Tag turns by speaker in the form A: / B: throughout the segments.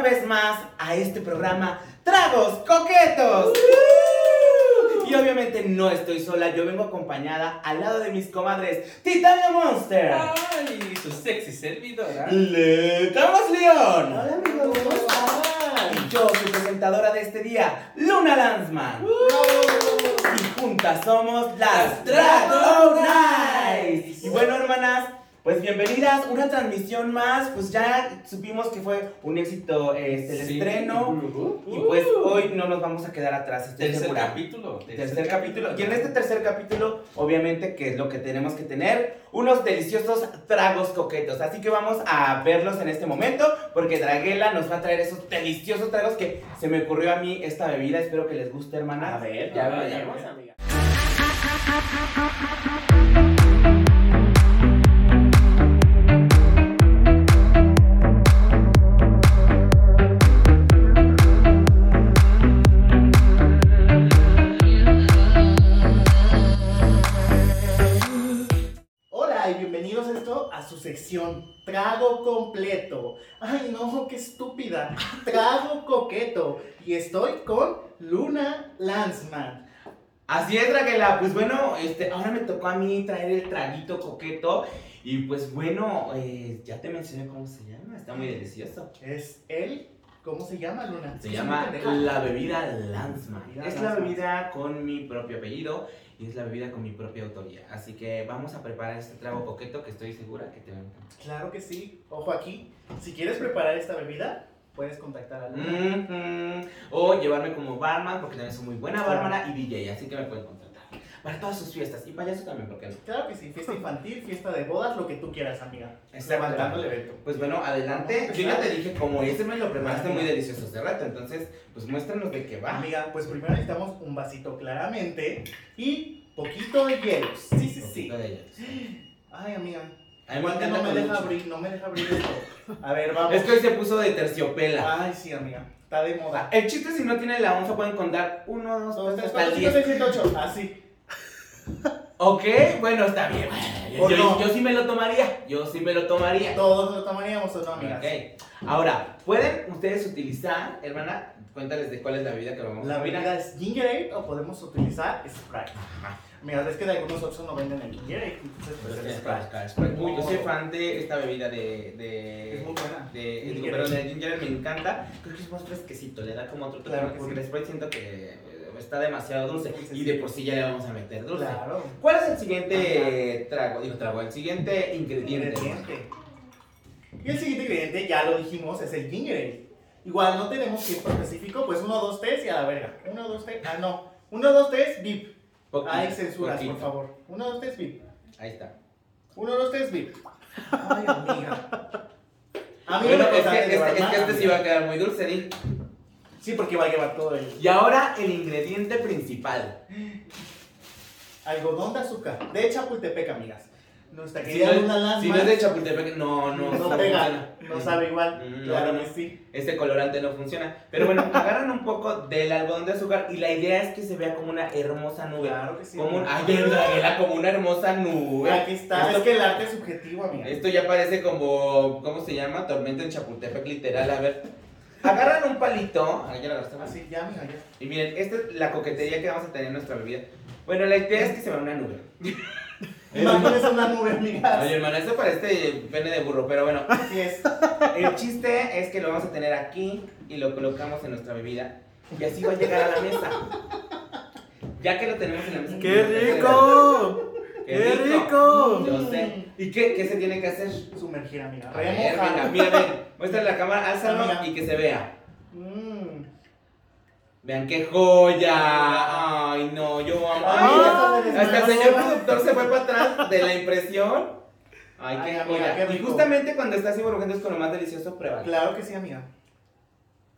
A: pues más a este programa Tragos Coquetos. Y obviamente no estoy sola, yo vengo acompañada al lado de mis comadres Titania Monster,
B: Ay, su sexy servidora.
A: Le Carlos León.
B: Hola, amigos, ¿cómo están?
A: Y yo, su presentadora de este día, Luna Lanzman. Y juntas somos las
B: Las
A: Dragonais.
B: Dragonais.
A: Y bueno, hermanas, pues bienvenidas. Una transmisión más. Pues ya supimos que fue un éxito este, el
B: Sí.
A: estreno.
B: Ujú.
A: Y pues hoy no nos vamos a quedar atrás, estoy
B: Uh. Tercer
A: segura.
B: capítulo.
A: Tercer capítulo. Y en este tercer capítulo, obviamente, que es lo que tenemos que tener, unos deliciosos tragos coquetos. Así que vamos a verlos en este momento, porque Draguela nos va a traer esos deliciosos tragos que se me ocurrió a mí esta bebida. Espero que les guste, hermana. Ah, A ver,
B: ya
A: veremos.
B: veremos,
A: amiga.
C: Hola y bienvenidos esto a su sección Trago completo. Ay no, qué estúpida. Trago coqueto. Y estoy con Luna Lanzman.
A: Así es, Draguela. Pues bueno, este, ahora me tocó a mí traer el traguito coqueto. Y pues bueno, eh, ya te mencioné cómo se llama. Está muy delicioso.
C: Es él. ¿Cómo se llama Luna?
A: Se
C: Es
A: llama
C: una pendeja.
A: la bebida Lanzman.
C: Bebida
A: Es la
C: Lanzmann.
A: bebida con mi propio apellido y es la bebida con mi propia autoría. Así que vamos a preparar este trago coqueto que estoy segura que te va a encantar.
C: Claro que sí. Ojo aquí. Si quieres preparar esta bebida, puedes contactar a Luna.
A: Mhm. O llevarme como barman porque también soy muy buena
C: Claro.
A: barmana y DJ, así que me pueden contratar. Para todas sus fiestas y payaso también, porque no?
C: Claro que sí. Fiesta infantil, fiesta de bodas, lo que tú quieras, amiga.
A: Exacto.
C: el evento.
A: Pues bueno, adelante.
C: Vamos a
A: Yo ya te
C: empezar.
A: dije, como este me lo preparaste
C: Amiga.
A: muy delicioso hace rato, entonces, pues muéstranos de qué va.
C: Amiga, pues primero necesitamos un vasito claramente y poquito de hielos. Sí, sí, sí.
A: Poquito de ellos.
C: Ay, amiga.
A: A mí me
C: Igual que
A: encanta
C: no me
A: con
C: deja
A: mucho.
C: abrir, no me deja abrir esto. A ver, vamos.
A: Es que hoy se puso de terciopela.
C: Ay, sí, amiga. Está de moda.
A: El chiste si no tienen la onza pueden contar 1, 2, 3, hasta el 10.
C: 108. Así.
A: Ok, bueno, está bien. Yo,
C: ¿O no?
A: yo sí me lo tomaría. Yo sí me lo tomaría.
C: Todos lo tomaríamos o no, amiga.
A: Ok. Ahora, ¿pueden ustedes utilizar, hermana? Cuéntales de cuál es la bebida que vamos
C: La
A: a
C: bebida es ginger ale o podemos utilizar Sprite. Mira, es que de algunos otros no venden el ginger ale, entonces pues el Sprite.
A: Uy, yo soy fan de esta bebida de. de
C: Es muy buena.
A: de, digo,
C: Ginger
A: pero
C: ale.
A: de ginger ale me encanta. Creo que es más fresquecito, le da como otro toque.
C: Claro que
A: porque
C: sí.
A: el Sprite siento que eh, está demasiado dulce.
C: Dulce,
A: Y
C: sí.
A: de por sí ya le vamos a meter dulce.
C: Claro.
A: ¿Cuál es el siguiente trago? Digo, trago, el siguiente ingrediente.
C: Ingrediente. Y el siguiente ingrediente, ya lo dijimos, es el ginger ale. Igual no tenemos tiempo específico, pues 1, 2, 3 y a la verga. 1, 2, 3, ah no. 1, 2, 3, VIP.
A: Poquito,
C: Ay, Ah, censuras,
A: poquito.
C: por favor. 1, 2, 3, VIP.
A: Ahí está.
C: 1, 2, 3, VIP. Ay, amiga. A mí
A: Bueno,
C: me
A: es
C: gusta
A: que, este,
C: llevar
A: es que
C: más,
A: este sí
C: amiga.
A: va a quedar muy dulce, Di.
C: Sí, porque va a llevar todo el
A: Y ahora el ingrediente principal.
C: algodón de azúcar de Chapultepec, amigas. Nuestra
A: Si
C: querida
A: no,
C: Luna
A: si
C: Lanzmann
A: no es de Chapultepec, no, no.
C: no
A: esta
C: pega,
A: funciona.
C: no sabe
A: Mm,
C: igual.
A: no,
C: Claro
A: no.
C: que sí.
A: Este colorante no funciona. Pero bueno, agarran un poco del algodón de azúcar y la idea es que se vea como una hermosa nube.
C: Claro que sí.
A: Como un, ay, Gabriela, como una hermosa nube.
C: Aquí está.
A: Esto-
C: Es que el arte es subjetivo, amiga.
A: Esto ya parece como, ¿cómo se llama? Tormenta en Chapultepec, literal. A ver, agarran un palito. Ah, ya lo gastaron.
C: Así, ya, mija, ya.
A: Y miren, esta es la coquetería que vamos a tener en nuestra bebida. Bueno, la idea es que se vea una nube. Eh.
C: Imagínense una nube, amigas.
A: Oye, hermano, esto parece pene de burro, pero bueno.
C: Así es.
A: El chiste es que lo vamos a tener aquí y lo colocamos en nuestra bebida. Y así va a llegar a la mesa. Ya que lo tenemos en la mesa.
D: ¡Qué rico! ¡Qué rico!
A: Yo sé. ¿Y qué, qué se tiene que hacer?
C: Sumergir, amiga.
A: A ver, venga,
C: Remojar.
A: mira, ven. Muestra la cámara, álzalo
C: Amiga.
A: y que se vea.
C: Mm.
A: Vean qué joya. Ay, no, yo amo.
C: Ay,
A: Ay, Ah, Hasta
C: hasta se
A: el
C: desmayó.
A: señor productor se fue para atrás de la impresión. Ay, qué
C: Ay, amiga,
A: joya.
C: qué
A: y
C: rico.
A: justamente cuando está así burbujeando es con lo más delicioso, prueba.
C: Claro que sí, amiga.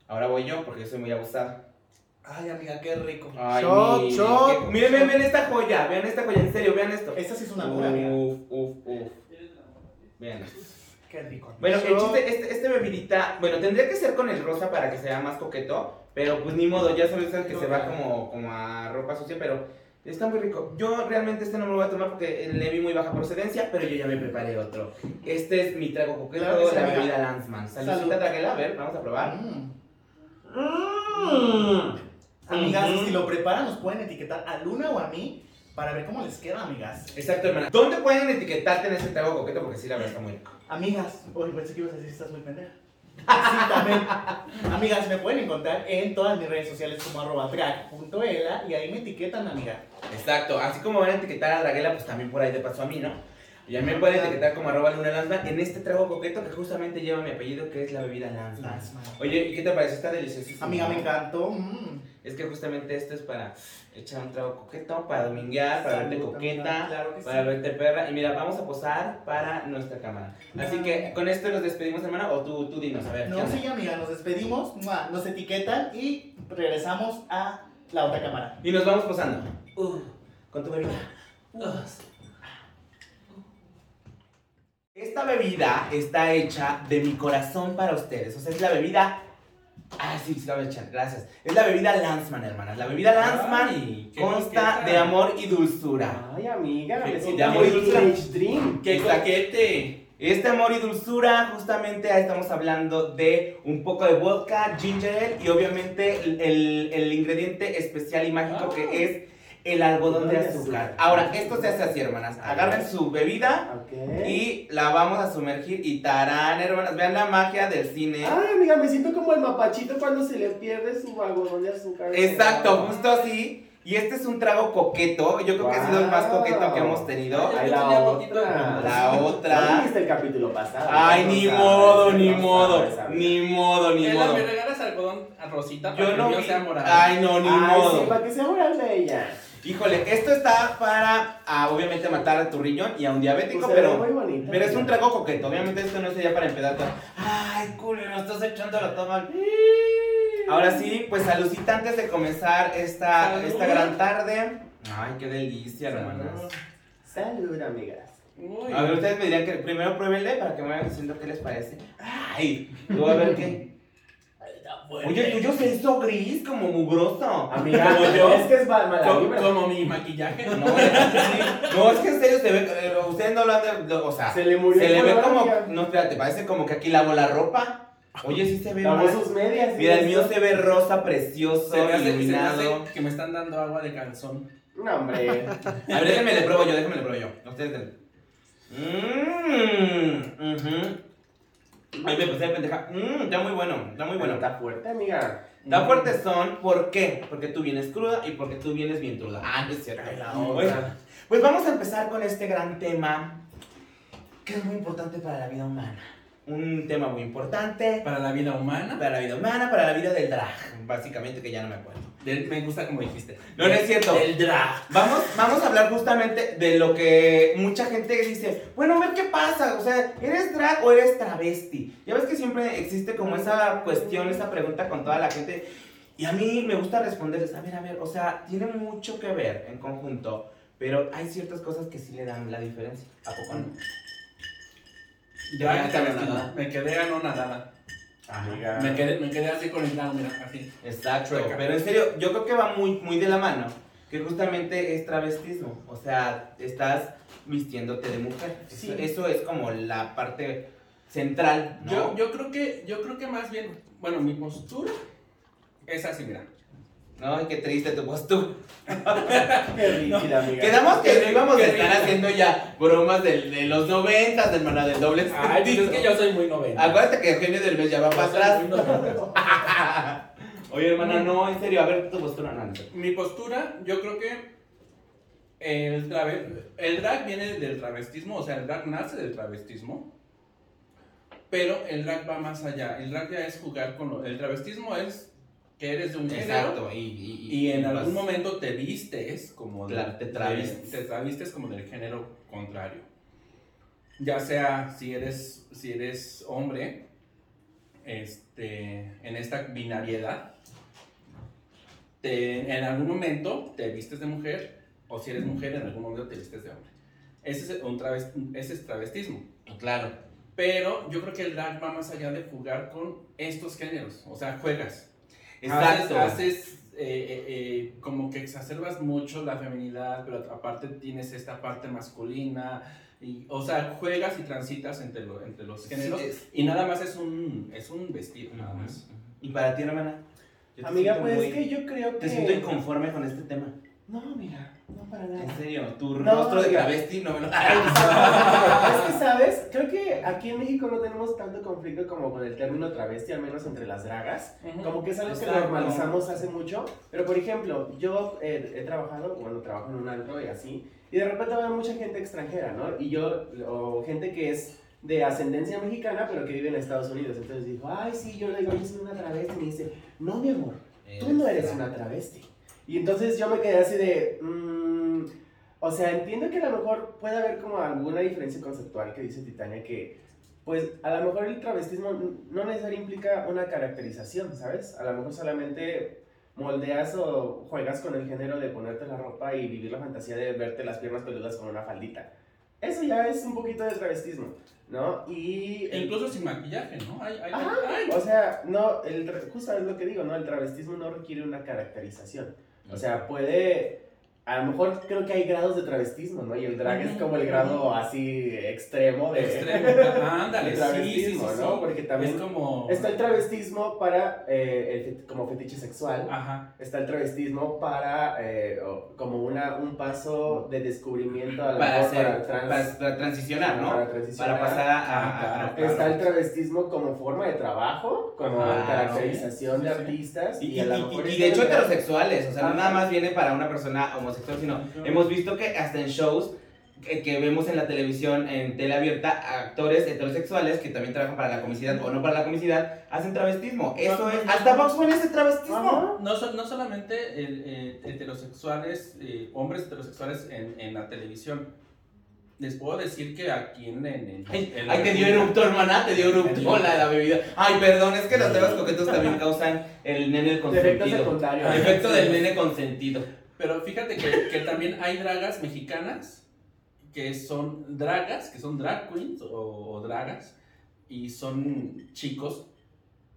A: Ahora voy yo porque yo soy muy abusada.
C: Ay, amiga, qué rico.
A: Ay,
D: Shot,
A: miren,
D: shot.
A: qué- Miren, miren, miren esta joya. Vean esta joya, en serio, vean esto.
C: Esta sí es una nube, amiga.
A: Uf, uf, uf. Vean.
C: Qué rico.
A: Bueno, el
D: Shot.
A: chiste, este, este bebidita, bueno, tendría que ser con el rosa para que sea más coqueto, pero pues ni modo, ya sabes el que se va como, como a ropa sucia, pero está muy rico. Yo realmente este no me lo voy a tomar porque le vi muy baja procedencia, pero yo ya me preparé otro. Este es mi trago coqueto,
C: Claro que sí,
A: la
C: amiga.
A: bebida Lanzman.
C: Salud.
A: Saludcita, Draguela, a ver, vamos a probar.
C: Mm.
A: Mm.
C: Amigas,
A: Ujú.
C: si lo preparan, nos pueden etiquetar a Luna o a mí para ver cómo les queda, amigas.
A: Exacto, hermana. ¿Dónde pueden etiquetarte en ese trago coqueto? Porque sí, la verdad está muy rico.
C: Amigas, hoy pensé que ibas a decir estás muy pendeja. Sí, también. Amigas, me pueden encontrar en todas mis redes sociales como arroba drag.ela y ahí me etiquetan, amiga.
A: Exacto, así como van a etiquetar a Draguela, pues también por ahí de paso a mí, ¿no? Y a mí me pueden etiquetar como arroba Luna Lanzman en este trago coqueto que justamente lleva mi apellido, que es la bebida Lanzman.
C: Las manos.
A: Oye, ¿y qué te parece? Está delicioso.
C: Amiga, me encantó. mm.
A: Es que justamente esto es para echar un trago coqueto, para dominguear, para verte
C: Salud, amiga,
A: coqueta,
C: Claro que
A: para
C: sí.
A: verte perra. Y mira, vamos a posar para nuestra cámara. Así que con esto nos despedimos, hermana, o tú, tú dinos, a ver. ¿qué
C: No,
A: onda?
C: sí, amiga, nos despedimos, ¡mua! nos etiquetan y regresamos a la otra cámara.
A: Y nos vamos posando. con tu bebida. Esta bebida está hecha de mi corazón para ustedes. O sea, es la bebida. Ah, sí, sí la voy a echar. Gracias. Es la bebida Lanzman, hermanas. La bebida
E: Ah,
A: Lanzman
B: Ay, qué
A: consta
B: coqueta.
A: de amor y dulzura.
E: Ay, amiga,
A: Sí,
E: me
A: sí,
E: siento
A: ya voy.
E: un teenage dream.
A: ¡Qué
B: coquete!
A: Este amor y dulzura, justamente ahí estamos hablando de un poco de vodka, ginger ale y obviamente el, el- el ingrediente especial y mágico
B: Ah.
A: que es el algodón de
E: Algodón de
A: azúcar.
E: azúcar.
A: Ahora, esto se hace así, hermanas. Agarren su bebida
E: Ok.
A: y la vamos a sumergir y tarán, hermanas. Vean la magia del cine.
E: Ay, amiga, me siento como el mapachito cuando se le pierde su algodón de azúcar.
A: Exacto, justo así. Y este es un trago coqueto. Yo creo que ha sido el más
E: Wow.
A: coqueto que hemos tenido.
E: Ay,
B: Yo
E: la
B: tenía poquito de
E: otra.
B: hambre.
A: La
E: ¿No
A: otra.
E: viste el capítulo pasado?
A: Ay,
E: No
A: ni
E: sabes,
A: modo,
E: no
A: ni
E: sabes,
A: modo,
E: amiga.
A: ni modo, ni
B: Ela,
A: modo.
B: ¿me regalas algodón a Rosita para
A: Yo
B: que
A: no
B: el mío
A: vi-
B: sea morado?
A: Ay, no, ni
E: Ay, sí,
A: modo.
E: para que se mueran de ella.
A: Híjole, esto está para, ah, obviamente, matar a tu riñón y a un diabético,
E: Pues Se ve muy
A: pero,
E: bonita.
A: pero es un trago coqueto. Obviamente, esto no sería para empezar. con, Ay, culo, no estás echando la toma. Ahora sí, pues salucita antes de comenzar esta,
B: Salud.
A: esta gran tarde. Ay, qué delicia,
B: Salud.
A: hermanas.
E: Salud, amigas.
B: Uy.
A: A ver, ustedes me dirían que primero pruébenle para que me vayan diciendo qué les parece. Ay, tú a ver qué. Oye, el tuyo se hizo gris, como mugroso.
E: Amiga,
A: Como yo.
E: es que es ba- mala
B: Co-
E: vibra.
B: Como mi maquillaje.
A: No, sí. No, es que en serio se ve, eh, ustedes no lo han de, o sea,
E: Se le murió.
A: se
E: el
A: le ve
E: color,
A: como,
E: amiga.
A: no, espérate, parece como que aquí lavó la ropa. Oye, sí se ve
E: Lavó
A: mal.
E: sus medias.
A: Mira, el
E: ¿sí?
A: mío se ve rosa, precioso,
B: Se me hace- se me hace
A: iluminado.
B: que me están dando agua de calzón.
E: No, hombre.
A: A ver, déjenme le pruebo yo, déjenme le pruebo yo. Ustedes denle. Mmm, ujú. Ay, me pasé de pendeja. Mmm, está muy bueno, está muy bueno.
E: está fuerte, amiga.
A: Está fuerte son, ¿por qué? Porque tú vienes cruda y porque tú vienes bien cruda. Ah, no es cierto. Pues, pues vamos a empezar con este gran tema que es muy importante para la vida humana. Un tema muy importante
B: Para la vida humana.
A: para la vida humana, para la vida del drag, básicamente, que ya no me acuerdo.
B: Del- me gusta como dijiste.
A: No, no es cierto.
B: El drag.
A: Vamos, vamos a hablar justamente de lo que mucha gente dice, bueno, a ver qué pasa, o sea, ¿eres drag o eres travesti? Ya ves que siempre existe como esa cuestión, esa pregunta con toda la gente, y a mí me gusta responderles, a ver, a ver, o sea, tiene mucho que ver en conjunto, pero hay ciertas cosas que sí le dan la diferencia, ¿a poco no?
B: Ya,
A: Ya,
B: sabes que
A: nada.
B: me quedé anonadada.
E: Amiga.
B: Me quedé, me quedé así con el drag, mira, así.
A: Exacto,
B: Chueca.
A: pero en serio, yo creo que va muy, muy de la mano, que justamente es travestismo, o sea, estás vistiéndote de mujer.
E: Sí.
A: Eso, eso es como la parte central, ¿no?
B: Yo, yo creo que, yo creo que más bien, bueno, mi postura es así, mira.
A: Ay, qué triste tu postura.
E: Qué rígida, amiga.
A: Quedamos que no íbamos a
B: qué
A: estar
B: rico.
A: haciendo ya bromas del- de, los noventas, hermana, del doble
B: Ay, pues
A: sentido.
B: es que yo Pues, soy muy novena.
A: Acuérdate que Eugenio del Mes ya va
B: Yo
A: para
B: soy muy
A: atrás.
B: novena.
A: Oye, hermana, no, en serio, a ver tu postura, no, no.
B: Mi postura, yo creo que el, trave- el drag viene del travestismo, o sea, el drag nace del travestismo, pero el drag va más allá. El drag ya es jugar con lo... El travestismo es que eres de un género
A: Exacto, y, y- y- pues,
B: y en algún
A: vas-
B: momento te vistes como... del-
A: Claro, te travestes.
B: Te travestes como del género contrario. Ya sea si eres, si eres hombre, este, en esta binariedad, te- en algún momento te vistes de mujer o si eres mujer en algún momento te vistes de hombre. Ese es, un traves- ese es travestismo.
A: Claro.
B: Ah, Pero yo creo que el drag va más allá de jugar con estos géneros. O sea, juegas.
A: Exacto.
B: Haces, haces, eh, eh, eh, como que exacerbas mucho la feminidad, pero aparte tienes esta parte masculina. Y, o sea, juegas y transitas entre, lo- entre los géneros.
A: Sí, es-
B: Y nada más es un, es un vestido, nada más.
A: ¿Y para ti, hermana? Yo te
E: Amiga,
A: siento
E: pues
A: muy-
E: es que yo creo que.
A: Te siento inconforme con este tema.
E: No, mira, no para nada.
A: En serio, tu
E: No,
A: rostro de
E: oiga.
A: travesti no me lo.
E: Ah, es que, ¿sabes? Creo que aquí en México no tenemos tanto conflicto como con el término travesti, al menos entre las dragas. Como que es algo que
B: Exacto.
E: normalizamos hace mucho. Pero, por ejemplo, yo eh, he trabajado, bueno, trabajo en un antro y así, y de repente va mucha gente extranjera, ¿no? Y yo, o gente que es de ascendencia mexicana, pero que vive en Estados Unidos. Entonces dijo, ay, sí, yo le digo, yo soy una travesti. Y me dice, no, mi amor, tú no eres
A: Este,
E: una travesti. Y entonces yo me quedé así de, mm, o sea, entiendo que a lo mejor puede haber como alguna diferencia conceptual que dice Titania que, pues, a lo mejor el travestismo no necesariamente implica una caracterización, ¿sabes? A lo mejor solamente moldeas o juegas con el género de ponerte la ropa y vivir la fantasía de verte las piernas peludas con una faldita. Eso ya es un poquito de travestismo, ¿no? Y...
B: E Incluso sin maquillaje, ¿no? Hay, hay,
E: Ajá.
B: hay-
E: O sea, no, el, tra- justo es lo que digo, ¿no? El travestismo no requiere una caracterización. O sea, puede. A lo mejor creo que hay grados de travestismo, ¿no? Y el drag es como el grado así extremo de.
B: Extremo. Ah,
E: de
B: Ándale, sí, sí, sí,
E: travestismo,
B: sí.
E: ¿no? Porque
B: Es
E: también.
B: como.
E: Está el travestismo para. eh, el fet- como fetiche sexual.
A: Ah.
B: Ajá.
E: Está el travestismo para. eh, o- como una, un paso de descubrimiento a lo
A: Para,
E: mejor
A: hacer,
E: para
A: para,
E: trans.
A: para transicionar, ¿no?
E: para
A: Para,
E: transicionar.
A: pasar a. a- a- a-
E: Está el travestismo como forma de trabajo, como
A: Ajá,
E: caracterización
B: sí,
E: de
B: sí.
E: artistas.
A: Y,
E: Y,
A: y-
E: a lo
A: y-
E: mejor
A: y
E: está
A: de hecho
E: el-
A: heterosexuales, o sea, no
E: Ajá.
A: nada más viene para una persona homosexual, sino hemos visto que hasta en shows que, que vemos en la televisión, en tele abierta, actores heterosexuales que también trabajan para la comicidad o no para la comicidad, hacen travestismo. Eso
B: no,
A: es,
B: no.
A: hasta Vox One es travestismo.
E: Ajá.
B: No, so- no solamente el, eh, heterosexuales, eh, hombres heterosexuales en, en la televisión. Les puedo decir que aquí en. en, en-
A: Ay,
B: en la
A: ay, te dio
B: Argentina-
A: erupto, hermana, te dio erupto
B: Ay,
A: la, la bebida. Ay, perdón, es que los temas coquetos también causan el nene
E: Efecto
A: consentido.
E: secundario.
A: El efecto del nene consentido.
B: Pero fíjate que, que también hay dragas mexicanas que son dragas, que son drag queens o, o dragas, y son chicos,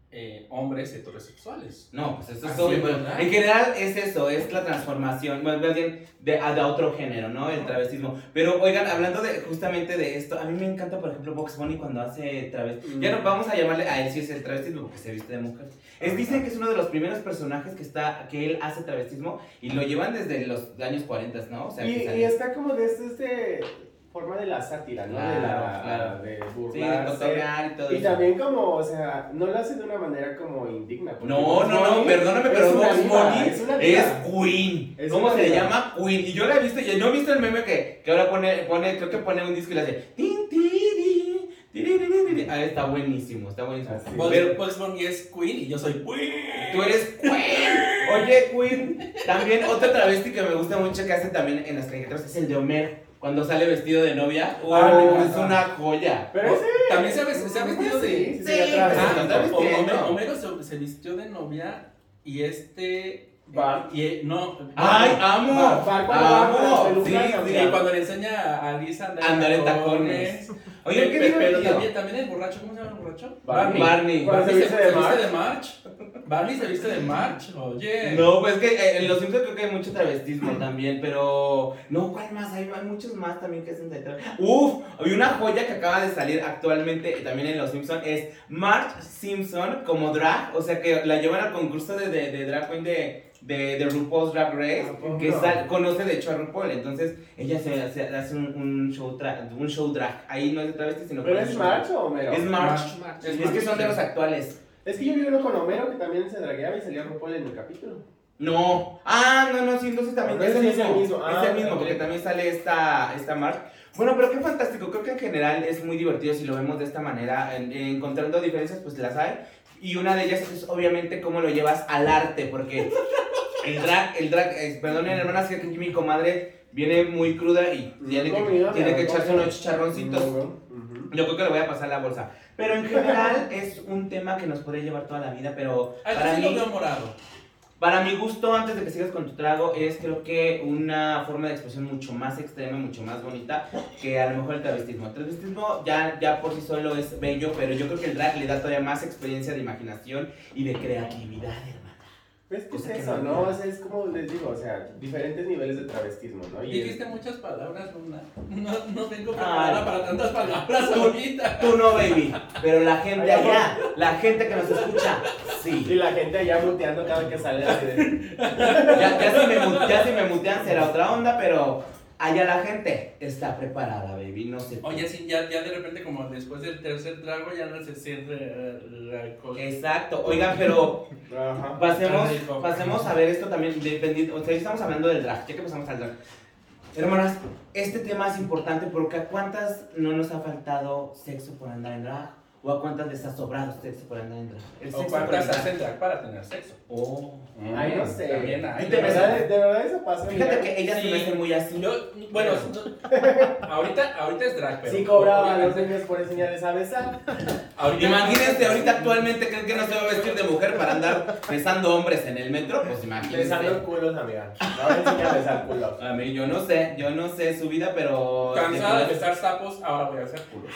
B: eh, hombres heterosexuales.
A: No, pues eso es
B: Así
A: obvio.
B: es,
A: pero
B: ¿verdad?
A: en general es eso, es la transformación, más más bien de, a- de otro género, ¿no? El travestismo. Pero oigan, hablando de, justamente de esto, a mí me encanta, por ejemplo, Box Bunny cuando hace travestismo.
B: Mm.
A: Ya no vamos a llamarle a él si es el travestismo, porque se viste de mujer. Es, dicen que es uno de los primeros personajes que está que él hace travestismo y lo llevan desde los años 40, ¿no? O sea,
E: Y,
A: que
E: y
A: sale-
E: está como de este, este forma de la sátira, ¿no? de la,
A: Claro, claro. Sí,
E: de
A: de
E: burlarse.
A: cotorrear y todo
E: y
A: eso.
E: también como, o sea, no lo hace de una manera como indigna. porque
A: No,
E: Bugs
A: no, no,
E: Bunny
A: perdóname,
E: es
A: pero
E: una
A: Box
E: diva,
A: Bunny
E: es una
A: es
E: diva.
A: Queen.
E: Es
A: ¿Cómo
E: una
A: se le
E: diva.
A: llama? Queen. Y yo la he visto, y no he visto el meme que, que ahora pone, pone, creo que pone un disco y le hace. tin, ti, di, ti, di, di, di, di. Ah, está buenísimo, está buenísimo.
E: Así.
B: Bugs-
A: Pero
B: Bugs Bunny es queen y yo soy queen.
A: tú eres Queen. Oye, Queen. También otra travesti que me gusta mucho que hace también en las caricaturas es el de Homer. Cuando sale vestido de novia. Uy,
E: Ah, me
A: es
E: encanta.
A: una joya.
E: Pero ese...
B: También se ha ves- se ha vestido de...
E: Sí, sí, sí,
A: Sí,
E: atrás.
A: ah,
B: Ah,
A: totalmente.
B: o- Homero,
A: no.
B: Homero se, se vistió de novia y este.
E: Bart.
B: Y, no.
A: Ay, ah,
B: Bart.
A: amo.
E: Va, va, va,
A: amo.
E: va,
A: sí,
E: peluca,
A: sí.
B: Sí, cuando le enseña a Lisa a andar,
A: Andar en tacones. Oye,
B: Pe-
A: qué
B: pe- pero
A: divertido.
B: también, también el borracho, ¿cómo se llama el borracho?
E: Barney.
A: Barney.
E: Cuando se viste de March.
B: March. Barney se viste de March, oye.
A: No, pues es que eh, en los Simpsons creo que hay mucho travestismo también, pero. No, ¿cuál más? Hay, hay muchos más también que hacen de tra- Uf, hay una joya que acaba de salir actualmente eh, también en los Simpsons es Marge Simpson como drag, o sea que la llevan al concurso de, de, de drag queen de. De, de RuPaul's Drag Race,
E: ¿A poco?
A: que sal- conoce de hecho a RuPaul, entonces ella se, se hace un, un show tra- un show drag, ahí no es de travesti, sino
E: ¿Pero
A: que
E: es macho o Homero?
A: Es Marge.
B: March.
A: Es, que son de los actuales.
E: Es que yo vi uno con Homero que también se dragueaba y salía RuPaul en el capítulo.
A: No. Ah, no, no, sí, entonces también.
E: No,
A: Es el
E: sí, es el
A: mismo.
E: mismo. Ah,
A: es el mismo,
E: ok.
A: porque también sale esta, esta Mark. Bueno, pero qué fantástico. Creo que en general es muy divertido si lo vemos de esta manera. en- encontrando diferencias, pues las hay. Y una de ellas es obviamente cómo lo llevas al arte, porque el drag, el drag, eh,
E: Mm.
A: perdonen hermanas, que aquí mi comadre viene muy cruda y tiene que,
E: Comida,
A: tiene que
E: Mm, ¿no? Mm.
A: echarse unos chicharroncitos.
E: Ujú.
A: Yo creo que le voy a pasar la bolsa. Pero en general es un tema que nos puede llevar toda la vida, pero
B: Ay, yo
A: para
B: Ah, sí
A: mí...
B: lo veo morado.
A: Para mi gusto, antes de que sigas con tu trago, es creo que una forma de expresión mucho más extrema, mucho más bonita que a lo mejor el travestismo. El travestismo ya, ya por sí solo es bello, pero yo creo que el drag le da todavía más experiencia de imaginación y de creatividad, hermana.
E: Pues que es
A: Cosa que
E: eso,
A: no-
E: ¿no? O sea, es como les digo, o sea, diferentes niveles de travestismo, ¿no? Y
B: Dijiste muchas palabras, Luna. No, no tengo
A: Ah.
B: preparada para tantas palabras ahorita.
A: Tú no, baby. Pero la gente
E: Ay,
A: allá, la gente que nos escucha,
E: y
A: sí.
E: la gente allá muteando cada que sale así de...
A: Ya, ya si me, mu- ya si me mutean será otra onda, pero allá la gente está preparada, baby. No sé. tú.
B: Oye, sí, ya, ya de repente, como después del tercer trago, ya no se siente eh, la cosa.
A: Exacto. Oigan, pero
E: Ajá.
A: Pasemos,
B: Rico.
A: pasemos a ver esto también, dependiendo, o sea, ya estamos hablando del drag, ya que pasamos al drag. Hermanas, este tema es importante porque a cuántas no nos ha faltado sexo por andar en drag, o a cuántas les ha sobrado sexo por andar en drag. El
B: O
A: sexo por
B: cuántas
A: andar-
B: hacen drag para tener sexo.
A: Oh.
E: Ay, no sé.
B: También hay.
A: Y
E: De
A: te
E: verdad, de verdad eso pasa.
A: Fíjate
E: mira.
A: que ellas
B: Sí.
A: se me hacen muy así.
B: Yo, bueno, ahorita, ahorita es drag, pero.
E: Sí cobraba a los niños por enseñarles a besar.
B: Ahorita-
A: Imagínense, ahorita actualmente creen que no se va a vestir de mujer para andar besando hombres en el metro, pues
E: Besando
A: imagínense.
E: culos, amiga. No enseñan a besar culos.
A: A mí, yo no sé, yo no sé su vida, pero...
B: Cansada de besar sapos, ahora voy a hacer culos.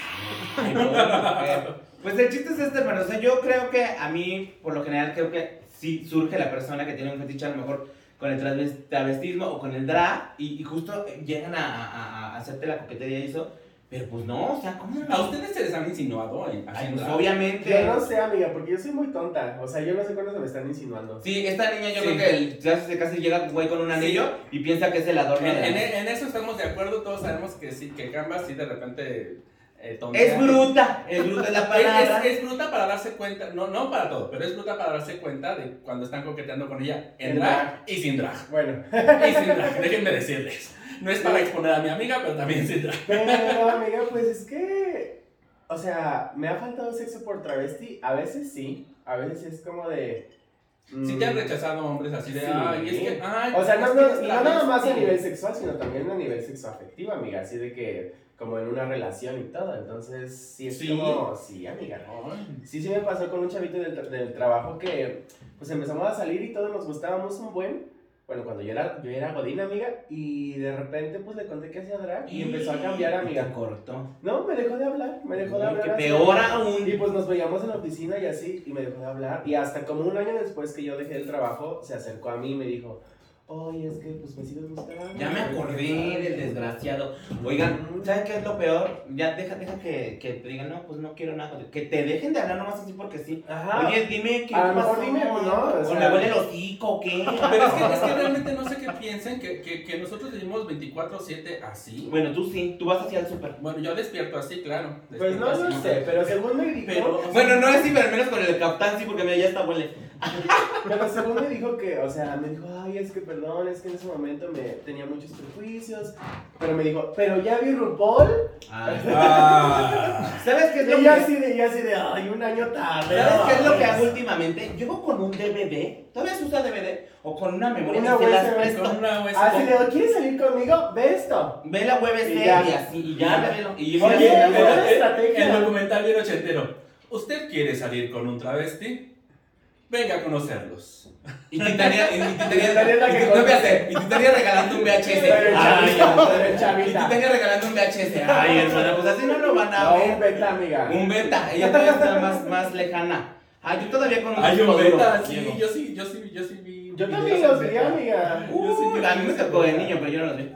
A: Ay, no, mujer. Pues el chiste es este, hermano. O sea, yo creo que a mí, por lo general, creo que sí surge la persona que tiene un fetiche a lo mejor con el transves- travestismo o con el drag y, y justo llegan a, a- a hacerte la coquetería y eso. Pero pues no, o sea, ¿cómo
B: ¿A
A: no?
B: ustedes se les han insinuado en
A: Ay,
B: haciendo
A: pues
B: drag?
A: obviamente.
E: Yo no sé, amiga, porque yo soy muy tonta. O sea, yo no sé cuándo se me están insinuando.
A: Sí, esta niña yo
B: Sí.
A: creo que el- casi, casi llega un güey con un anillo y piensa que es el adorno
B: En,
A: de la-
B: en- en eso estamos de acuerdo, todos sabemos que sí, que Canva sí de repente eh, tontea.
A: Es bruta, es bruta es la palabra.
B: Es, es- es bruta para darse cuenta, no, no para todo, pero es bruta para darse cuenta de cuando están coqueteando con ella en
E: En
B: drag y sin drag.
E: Bueno,
B: Y sin drag, déjenme decirles. No es para exponer a mi amiga, pero también sin drag.
E: pero amiga, pues es que. O sea, me ha faltado sexo por travesti. A veces sí. A veces es como de. mm,
B: Sí te han rechazado hombres así de,
E: Sí.
B: ay, es que, ay,
E: O sea,
B: es
E: no,
B: que
E: no,
B: eres
E: no
B: travesti".
E: nada más a nivel sexual, sino también a nivel sexoafectivo, amiga. Así de que, como en una relación y todo. Entonces, sí es
B: Sí.
E: como, sí, amiga.
B: Ay.
E: Sí, sí me pasó con un chavito del, tra- del trabajo que, pues empezamos a salir y todos nos gustábamos un buen. Bueno, cuando yo era, yo era godina, amiga, y de repente, pues le conté que hacía drag y empezó a cambiar,
A: Amiga,
E: amiga.
A: corto.
E: No, me dejó de hablar, me dejó de hablar.
A: Que
E: así.
A: peor aún.
E: Y pues nos veíamos en la oficina y así, y me dejó de hablar. Y hasta como un año después que yo dejé el trabajo, se acercó a mí y me dijo, oye, es que pues me sigues gustando.
A: Ya me acordé del desgraciado. Oigan, ¿saben qué es lo peor? Ya deja, deja que, que te digan, no, pues no quiero nada. contigo. Que te dejen de hablar nomás así porque sí.
E: Ajá.
A: Oye, dime qué
E: a lo
A: pasó.
E: mejor dime, ¿no? O
A: O,
E: sea-
A: me huele el hocico, o ¿qué?
B: Pero es que, es que realmente no sé qué piensen, que, que, que nosotros vivimos 24-7 así.
A: Bueno, tú sí, tú vas hacia el súper.
B: Bueno, yo despierto así, claro.
E: pues
B: despierto
E: no,
B: así,
E: no sé, pero según me dijo...
B: Pero-
A: Bueno, no es pero al menos con el capitán sí, porque mira, ya está huele.
E: Pero según me dijo que, o sea, me dijo, ay, es que perdón, es que en ese momento me tenía muchos prejuicios. Pero me dijo, pero ya vi RuPaul.
B: Ah.
A: ¿Sabes qué es lo
E: Y yo
A: que,
E: así de, yo así de, ay, un año tarde.
A: ¿sabes
E: no
A: qué es lo que
E: mames".
A: hago últimamente? Llego con un DVD, todavía se usa DVD, o con una memoria
E: Una
A: que se las
E: USB,
A: presto.
B: Con una USB.
E: Así de, ¿quieres salir conmigo? Ve esto.
A: Ve la USB
E: Y
A: y,
E: ya.
A: así, y ya, la veo. Y
E: Oye,
A: mira,
E: pero-
A: mira,
E: estrategia.
B: eh, El documental bien ochentero. ¿Usted quiere salir con un travesti? Venga a conocerlos.
A: Y Titania, y Titania,
E: Titania es la
A: y
E: que
A: Tit- no,
E: corta.
A: espérate, y Titania regalando un VHS.
E: Pero
A: Ay,
E: chavita,
A: hermana.
E: pero
A: Y
E: chavita.
A: Titania regalando un VHS. Ay, hermana, pues así no lo van a
E: No, un
A: ver.
E: beta, amiga.
A: Un beta, ella todavía está más, más lejana. Ay, yo todavía con un
B: Hay un
A: disco duro
B: beta, sí,
A: llego.
B: yo sí, yo sí, yo sí vi.
E: Yo
B: videos
E: también
B: en
E: los vi,
B: beta.
E: amiga.
A: Uy, a mí me tocó de niño, pero yo no lo vi.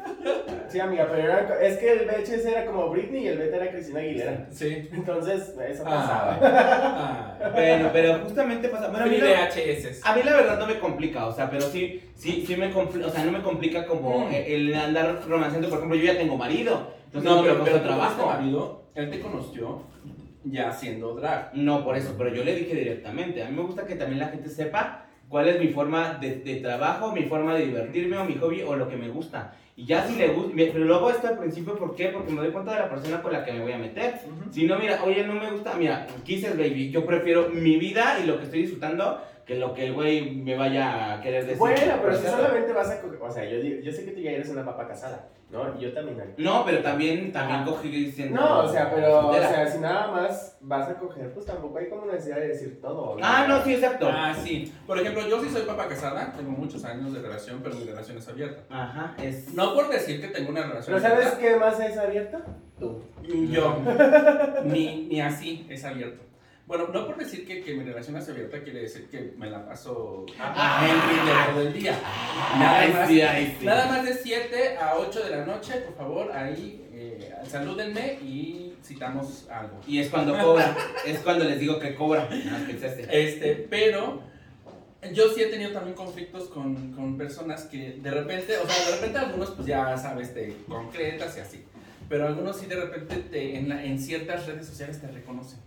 E: Sí, amiga, pero era, co- es que el VHS era como Britney y el beta era Cristina Aguilera.
B: Sí.
E: Entonces, eso pasaba.
B: Ah. Ah.
A: Bueno, pero justamente pasa. Bueno, a mí,
B: Free
A: la,
B: VHS.
E: ah,
A: a mí la verdad no me complica, o sea, pero sí, sí, sí me complica, o sea, no me complica como
B: Mm.
A: el el andar romanceando, por ejemplo, yo ya tengo marido, entonces
B: No,
A: no, me
B: pero,
A: pero,
B: pero trabajo.
A: trabajo.
B: marido, él te conoció ya haciendo drag.
A: No, por eso, pero yo le dije directamente. A mí me gusta que también la gente sepa cuál es mi forma de, de trabajo, mi forma de divertirme o mi hobby o lo que me gusta. Y ya si le gusta, pero luego esto al principio, ¿por qué? Porque me doy cuenta de la persona con la que me voy a meter. Si no, mira, oye, no me gusta, mira, kisses, baby, yo prefiero mi vida y lo que estoy disfrutando que lo que el güey me vaya a querer decir.
E: Bueno, pero si
A: Exacto.
E: solamente vas a coger, o sea, yo, digo- yo sé que tú ya eres una papa casada, ¿no? Y yo también. amiga.
A: No, pero también, también cogí siendo
E: No, o sea, pero, o
A: soltera.
E: sea, si nada más vas a coger, pues tampoco hay como necesidad de decir todo. ¿no?
A: Ah, no, sí, exacto.
B: Ah, sí. Por ejemplo, yo sí soy papá casada, tengo muchos años de relación, pero mi relación es abierta.
A: Ajá, es...
B: No por decir que tengo una relación
E: Pero ¿sabes
B: abierta,
E: qué más es abierta? Tú.
B: yo, ni, ni así es abierto. Bueno, no por decir que, que mi relación es abierta quiere decir que me la paso a a Henry de todo el día. Nada
A: Ay,
B: más,
A: sí, ay, sí.
B: nada más de 7 a 8 de la noche, por favor, ahí eh, salúdenme y citamos algo.
A: Y es cuando cobra, es cuando les digo que cobra. No, pensaste.
B: Este, pero yo sí he tenido también conflictos con, con personas que de repente, o sea, de repente algunos pues ya sabes, te concretas y así. Pero algunos sí de repente te, en, la- en ciertas redes sociales te reconocen.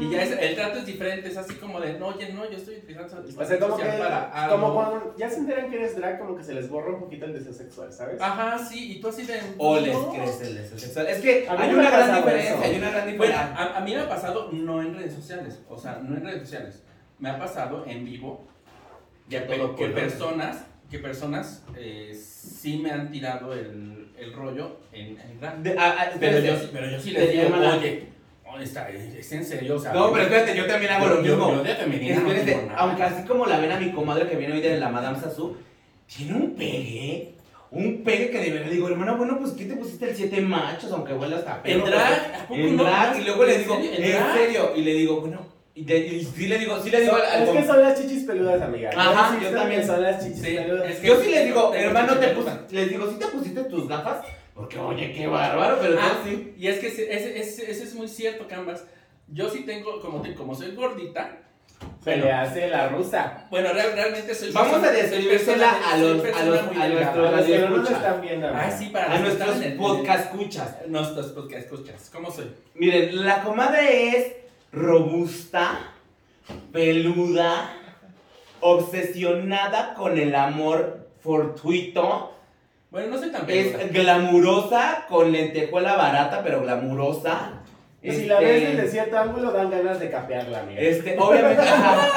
B: Y ya es-
A: Ah.
B: el trato es diferente, es así como de, no, oye, no, yo estoy utilizando esta
E: O sea, como que.
B: social para algo".
E: Como cuando ya se enteran que eres drag, como que se les borra un poquito el deseo sexual, ¿sabes?
B: Ajá, sí, y tú así de...
A: O les
B: "No".
A: crece el deseo sexual. Es que
E: A mí
A: hay
E: no me
A: una
E: ha
A: gran
E: pasado
A: diferencia,
E: eso.
A: hay una gran
B: Bueno,
A: diferencia.
B: a, a mí me ha pasado no en redes sociales, o sea, no en redes sociales. Me ha pasado en vivo
A: Ya
B: Pe-
A: todo
B: que
A: color.
B: personas, que personas eh, sí me han tirado el, el rollo en, en drag.
A: De- a- a-
B: Pero
A: espérate.
B: yo, sí- pero yo sí
A: Te
B: les digo,
A: llaman a-
B: oye, oh, está, es, es en serio, o sea.
A: No, pero
B: yo-
A: espérate, yo también hago lo
B: yo-
A: mismo.
B: Yo de femenina no
A: Espérate,
B: tengo nada.
A: aunque así como la ven a mi comadre que viene hoy de la Madame Sassou, tiene un pegue. Un pegue que de verdad digo, hermano, bueno, pues ¿qué te pusiste el siete machos? Aunque huelas hasta
B: En
A: perro,
B: drag, ¿a
A: porque-
B: poco
A: En
B: no?
A: drag, y luego le
B: ¿En
A: digo,
B: serio? ¿En
A: en
B: drag?
A: serio, y le digo, bueno, y, le- y sí le digo, sí le digo al- al
E: es que
A: com-
E: son las chichis peludas, amiga.
A: Ajá,
E: Las chichis
A: yo también.
E: Son las chichis
B: Sí,
E: peludas.
B: es que-
A: Yo sí les digo,
B: Tengo
A: hermano, te
B: chichis
A: puse,
B: peludas.
A: les digo, ¿sí te pusiste tus gafas? Porque, oye, qué bárbaro, pero
B: Ah,
A: yo sí.
B: Y es que ese, ese- ese- ese es muy cierto, Canvas. Yo sí tengo, como, te- como soy gordita,
E: Se le hace la rusa.
B: bueno, real- realmente soy.
A: Vamos a
B: soy
A: describírsela
B: persona-
A: a
B: soy
A: los- a
B: persona
A: los- a
B: muy delgada.
A: nuestros-
E: Para los que no nos
A: escucha.
E: están viendo.
B: Ah,
E: amiga.
B: sí, para
A: A
B: los que están
A: nuestros
B: en el-
A: podcast escuchas.
B: Nuestros podcast escuchas. ¿Cómo soy?
A: Miren, la comadre es robusta, peluda, obsesionada con el amor fortuito,
B: Bueno, no soy tan peluda.
A: es glamurosa, con lentejuela barata, pero glamurosa.
E: Y Pues si la ves desde
A: Este,
E: cierto ángulo, dan ganas de capearla, amiga.
A: este, obviamente, ajá.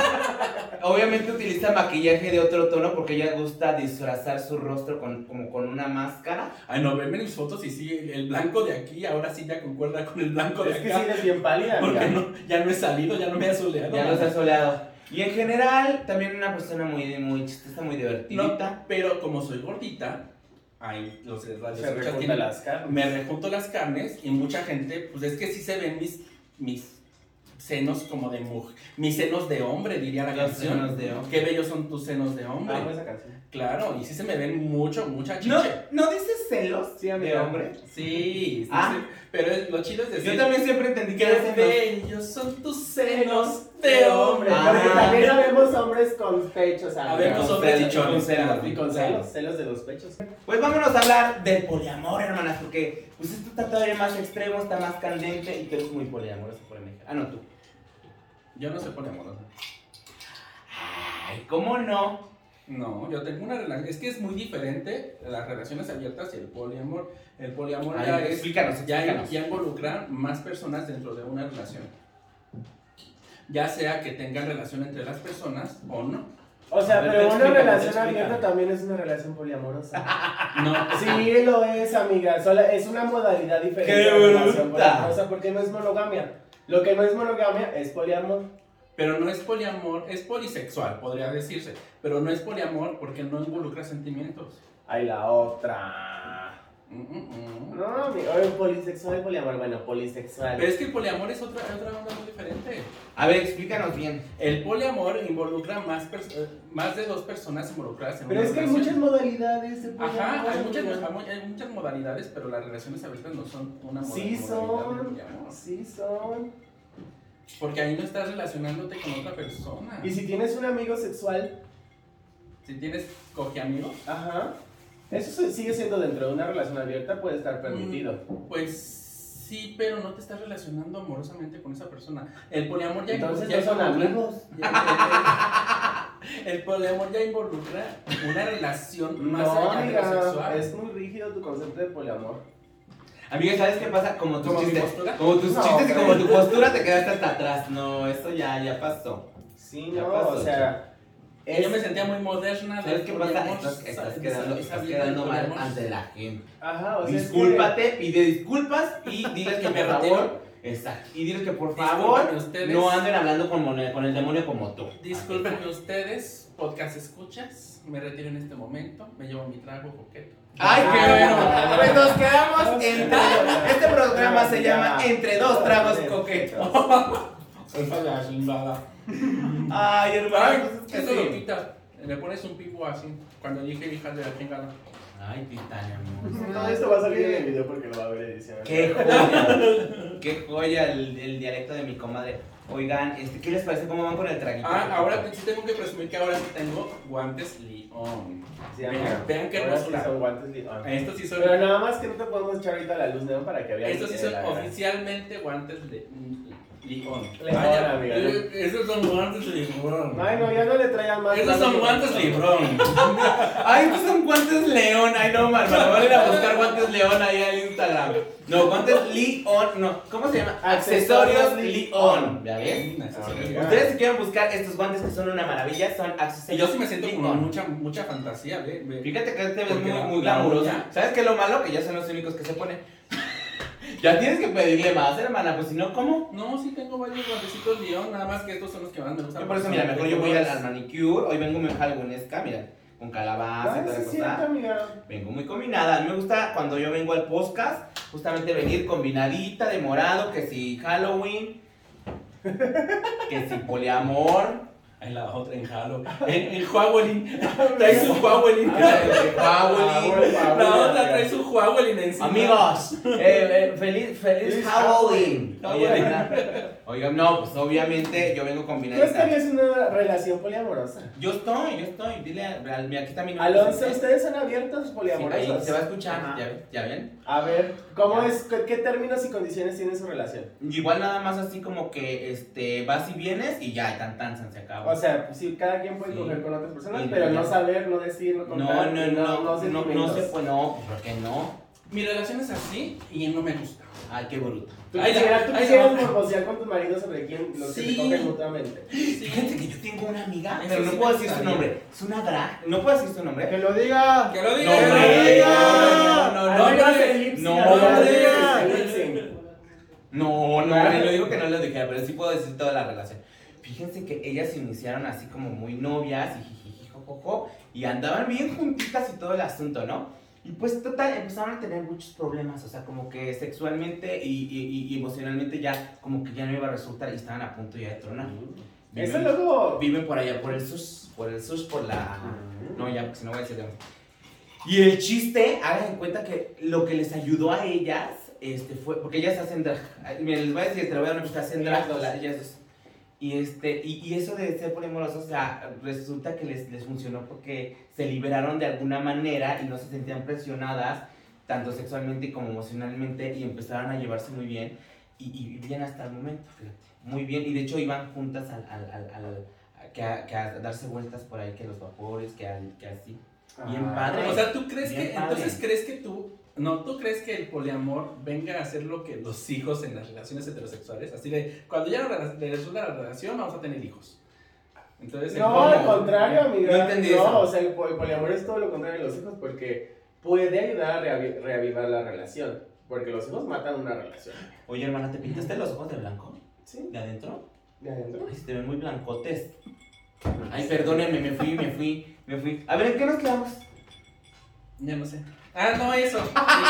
A: obviamente utiliza maquillaje de otro tono porque ella gusta disfrazar su rostro con, como con una máscara.
B: Ay, no, venme mis fotos y sí, el blanco de aquí ahora sí ya concuerda con el blanco de
E: Es que sí
B: acá.
E: eres bien pálida,
B: porque
E: amiga.
B: no, ya no he salido, ya no me he asoleado.
A: Ya los ha soleado. Y en general, también una persona muy, muy chistosa, muy divertidita.
B: No, pero como soy gordita, ay, los de radio
E: Se
B: escuchas
E: rejunta
B: tienen-
E: las carnes.
B: me rejunto las carnes y mucha gente, pues es que sí se ven mis, mis senos como de mujer, mis senos de hombre, diría la
A: Los
B: canción.
A: senos de hombre. Ah, pues.
B: Qué bellos son tus senos de hombre.
E: Amo Ah, pues, esa canción.
B: Claro, y sí se me ven mucho, mucha chiche.
A: ¿No, ¿No dices celos
E: Sí,
A: de
E: amiga.
A: hombre?
B: Sí, sí,
A: Ah.
B: sí, pero es- lo chido es decir...
A: Yo también siempre entendí que
B: Qué
A: eran celos.
B: bellos son tus senos de hombre.
A: Ah.
E: Porque también sabemos hombres con pechos, amiga.
B: A ver, tus
A: con
B: hombres
A: celos,
B: chichones.
A: con celos,
E: Y con celos, celos de los pechos.
A: Pues vámonos a hablar del poliamor, hermanas, porque pues esto está todavía más extremo, está más candente y tú eres muy poliamorosa por ejemplo. Ah, no, tú.
B: Yo no soy poliamorosa.
A: Ay, ¿cómo no?
B: No, yo tengo una relación. Es que es muy diferente las relaciones abiertas y el poliamor. El poliamor
A: Ay,
B: ya es.
A: explícanos,
B: Ya,
A: explícanos.
B: ya involucra más personas dentro de una relación. Ya sea que tengan relación entre las personas o no.
E: O sea,
B: A ver,
E: pero
B: te
E: una
B: explícame, te
E: relación
B: explícame.
E: abierta también es una relación poliamorosa.
B: No,
E: Sí, lo es, amiga. Solo- es una modalidad diferente.
A: ¡Qué
E: de relación
A: bruta!
E: poliamorosa porque no es monogamia. Lo que no es monogamia es poliamor.
B: pero no es poliamor, es polisexual, podría decirse. Pero no es poliamor porque no involucra sentimientos.
E: Ay, la otra.
B: Mm, mm, mm.
E: No, amigo, oye, polisexual, poliamor. Bueno, polisexual.
B: Pero es que el poliamor es otra, otra onda muy diferente.
A: A ver, explícanos bien.
B: El poliamor involucra más, pers- eh, más de dos personas involucradas en
E: Pero
B: una
E: es que hay muchas
B: relación.
E: modalidades de
B: Ajá, hay
E: poliamor,
B: muchas,
E: amiga.
B: hay mu- hay muchas modalidades, pero las relaciones abiertas no son una moda-
E: Sí
B: modalidad de
E: son.
B: poliamor.
E: Sí, son.
B: Porque ahí no estás relacionándote con otra persona.
E: Y si tienes un amigo sexual,
B: Si tienes coge amigos,
E: ajá. Eso se- sigue siendo dentro de una relación abierta, puede estar permitido.
B: pues sí, pero no te estás relacionando amorosamente con esa persona. El poliamor ya
E: Entonces
B: ya
E: no son
B: involucra-
E: amigos.
B: El poliamor ya involucra una relación más allá
E: No,
B: de lo
E: amiga,
B: sexual.
E: es muy rígido tu concepto de poliamor.
A: Amiga, ¿sabes qué pasa? Como tus
B: ¿Como mi
A: chistes.
B: postura?
A: Como tus
E: No,
A: chistes y
E: pero-
A: como tu postura te quedaste hasta atrás. No, eso ya, ya pasó.
E: Sí,
A: Ya
E: no,
A: pasó,
E: o sea.
B: Y Yo me
E: es-
B: sentía muy moderna.
A: ¿Sabes qué pasa?
B: poliamor,
A: Estás, estás
B: sa-
A: quedando,
B: sa-
A: estás
B: sabiendo
A: quedando
B: del
A: mal
B: poliamor.
A: ante la gente.
E: Ajá, o sea. es que-
A: Discúlpate, pide disculpas y diles que
B: Que me
A: por
B: retiro.
A: favor. Exacto. Y diles que por
B: Discúlpenme
A: favor
B: ustedes.
A: no anden hablando con, mon- con el demonio como tú.
B: Discúlpenme ustedes, podcast escuchas. Me retiro en este momento. Me llevo mi trago coqueto.
A: Ay, qué bueno. Pues nos quedamos
E: Ay,
A: en
E: ay, ay.
A: Este programa se
E: Ay,
A: llama
E: ay.
A: Entre dos tragos
E: Ay,
A: coquetos.
F: Esa la chingada.
A: Ay,
B: Ay,
A: hermano. pues es que
B: eso lo
A: sí.
B: quitas. Le pones un pipo así. Cuando dije hija de la chingada.
A: Ay, Titania, amor.
E: No, esto va a salir en el video porque lo va a ver edición.
A: Qué joya. Qué joya el, el dialecto de mi comadre. Oigan, este, ¿qué les parece cómo van con el traguito?
B: Ah, ahora te- sí tengo que presumir que ahora sí tengo guantes Leon.
E: Sí, amigo.
B: Vean- vean qué Eh.
E: Ahora sí
B: hermosura.
E: son guantes de- ah.
B: Estos sí son,
E: Pero nada más que no te podemos echar ahorita la luz neón para que veas.
B: estos sí son
E: la-
B: oficialmente guantes de Leon.
E: León,
B: Vaya,
E: amiga.
B: eh, Esos son guantes Leon.
E: Ay, no, ya no le traigan más.
B: Esos son guantes Lebrón.
A: Ay, estos son guantes León. Ay, no, man. Me voy a ir a buscar guantes León ahí al Instagram. No, guantes León. No, ¿cómo se llama? Accesorios León. ¿Ya
B: ¿Eh?
A: ves? Ustedes si quieren buscar estos guantes que son una maravilla, son
B: Y yo
A: accesorios
B: sí me siento
A: Lee
B: con
A: On.
B: mucha, mucha fantasía, ¿eh? ve, ve.
A: Fíjate que este es
B: Porque
A: muy,
B: la-
A: muy
B: la
A: glamuroso.
B: olla-
A: ¿Sabes qué es lo malo? Que ya son los únicos que se ponen. ya tienes que pedirle más, hermana, pues si no, ¿cómo?
B: No, sí tengo varios guantecitos León, nada más que estos son los que más me gustan.
A: Yo por eso, mira, mejor yo voy al, al manicure. Hoy vengo muy jalgonesca, mira, con
E: Ah,
A: calabaza y toda la
E: es
A: cosa.
E: cierto, amiga.
A: Vengo muy combinada. A mí me gusta cuando yo vengo al podcast, justamente venir combinadita de morado, que si Halloween, que si poliamor,
B: En la otra, en Halo. En, en Huawei. Trae su Huawei.
A: que si
E: Ah,
A: Halloween.
B: La otra trae su Huawei encima.
A: Amigos, eh, eh, feliz, feliz
E: Feliz
A: Halloween.
B: Halloween.
A: Oye, ¿verdad? Oigan, no, pues obviamente yo vengo
E: ¿Tú
A: combinadita.
E: estarías en una relación poliamorosa?
A: Yo estoy, yo estoy. Dile, a- a- mira, aquí está mi número.
E: Alonso, ¿ustedes son abiertos
A: Sí, ahí
E: poliamorosos?
A: se va a escuchar,
C: Ajá.
A: ¿ya, ven- ya ven.
E: A ver, ¿cómo es? ¿Qué, qué términos y condiciones tiene su relación?
A: Igual nada más así como que este vas y vienes y ya, tan tan san, se acaba.
E: O sea, pues, sí, cada quien puede
A: Sí.
E: coger con otras personas,
A: Sí,
E: pero
A: ya.
E: no saber, no decir, no
A: no,
E: contar.
A: no, no, no, no,
E: sentimientos.
A: se puede, no, pues, ¿por qué no?
B: Mi relación es así y no me gusta.
A: Ay, qué bruto.
E: ¿Tú
B: Ahí ya,
E: quisieras, tú
B: ahí ya.
E: quisieras morbosear con tu marido sobre quién los que
A: Sí.
E: se cogen mutuamente?
A: Fíjate que yo tengo una amiga,
B: Eso
A: pero no
B: sí
A: puedo
B: me
A: decir su
B: gustaría.
A: nombre. Es una drag. No puedo decir su nombre.
F: Que lo diga.
B: Que lo diga.
A: No,
B: que lo
A: hombre,
B: diga.
A: no, no, no,
E: Arriba
A: no,
E: de
A: no,
E: Lipsy,
A: no,
E: arriba
A: no,
E: de
F: no,
E: Lipsy.
A: No, no, le digo que no les dijera, pero sí puedo decir toda la relación. Fíjense que ellas se iniciaron así como muy novias y jijiji, jojojo, y andaban bien juntitas y todo el asunto, ¿no? Y pues total, empezaron a tener muchos problemas, o sea, como que sexualmente y, y- y emocionalmente ya, como que ya no iba a resultar y estaban a punto ya de tronar.
E: Eso
A: Viven,
E: luego...
A: viven por allá, por el sus, por el sus, por la... No, ya, porque si no voy a decir de- Y el chiste, hagan en cuenta que lo que les ayudó a ellas este, fue. Porque ellas hacen drag. Ay, Miren, les voy a decir, te lo voy a mostrar, hacen drag.
E: Ellas dos.
A: la- ellas dos. Y, este, y, y eso de ser poliamorosos, o sea, resulta que les, les funcionó porque se liberaron de alguna manera y no se sentían presionadas, tanto sexualmente como emocionalmente, y empezaron a llevarse muy bien. Y, y vivían hasta el momento, fíjate. Muy bien, y de hecho iban juntas al. al, al, al- a- que a, que a darse vueltas por ahí, que los vapores, que, al, que así. Bien padre.
B: O sea, tú crees
A: Bien
B: que.
A: padre.
B: Entonces crees que tú. No, ¿tú crees que el poliamor venga a ser lo que los hijos en las relaciones heterosexuales? Así de, cuando ya la- le resulta la relación, vamos a tener hijos. Entonces, el
E: No,
B: poliamor-
E: al contrario, amiga.
A: No entendí eso.
E: o sea, el pol- poliamor es todo lo contrario de los hijos porque puede ayudar a reavi- reavivar la relación. Porque los hijos matan una relación.
A: Oye, hermana, ¿te pintaste los ojos de blanco?
E: ¿Sí?
A: ¿De adentro?
E: ¿De adentro?
A: Ay, se te ven muy blancotes. Ay, perdónenme, me fui, me fui, me fui. A ver, ¿en qué nos quedamos?
B: Ya no sé. Ah, no, eso.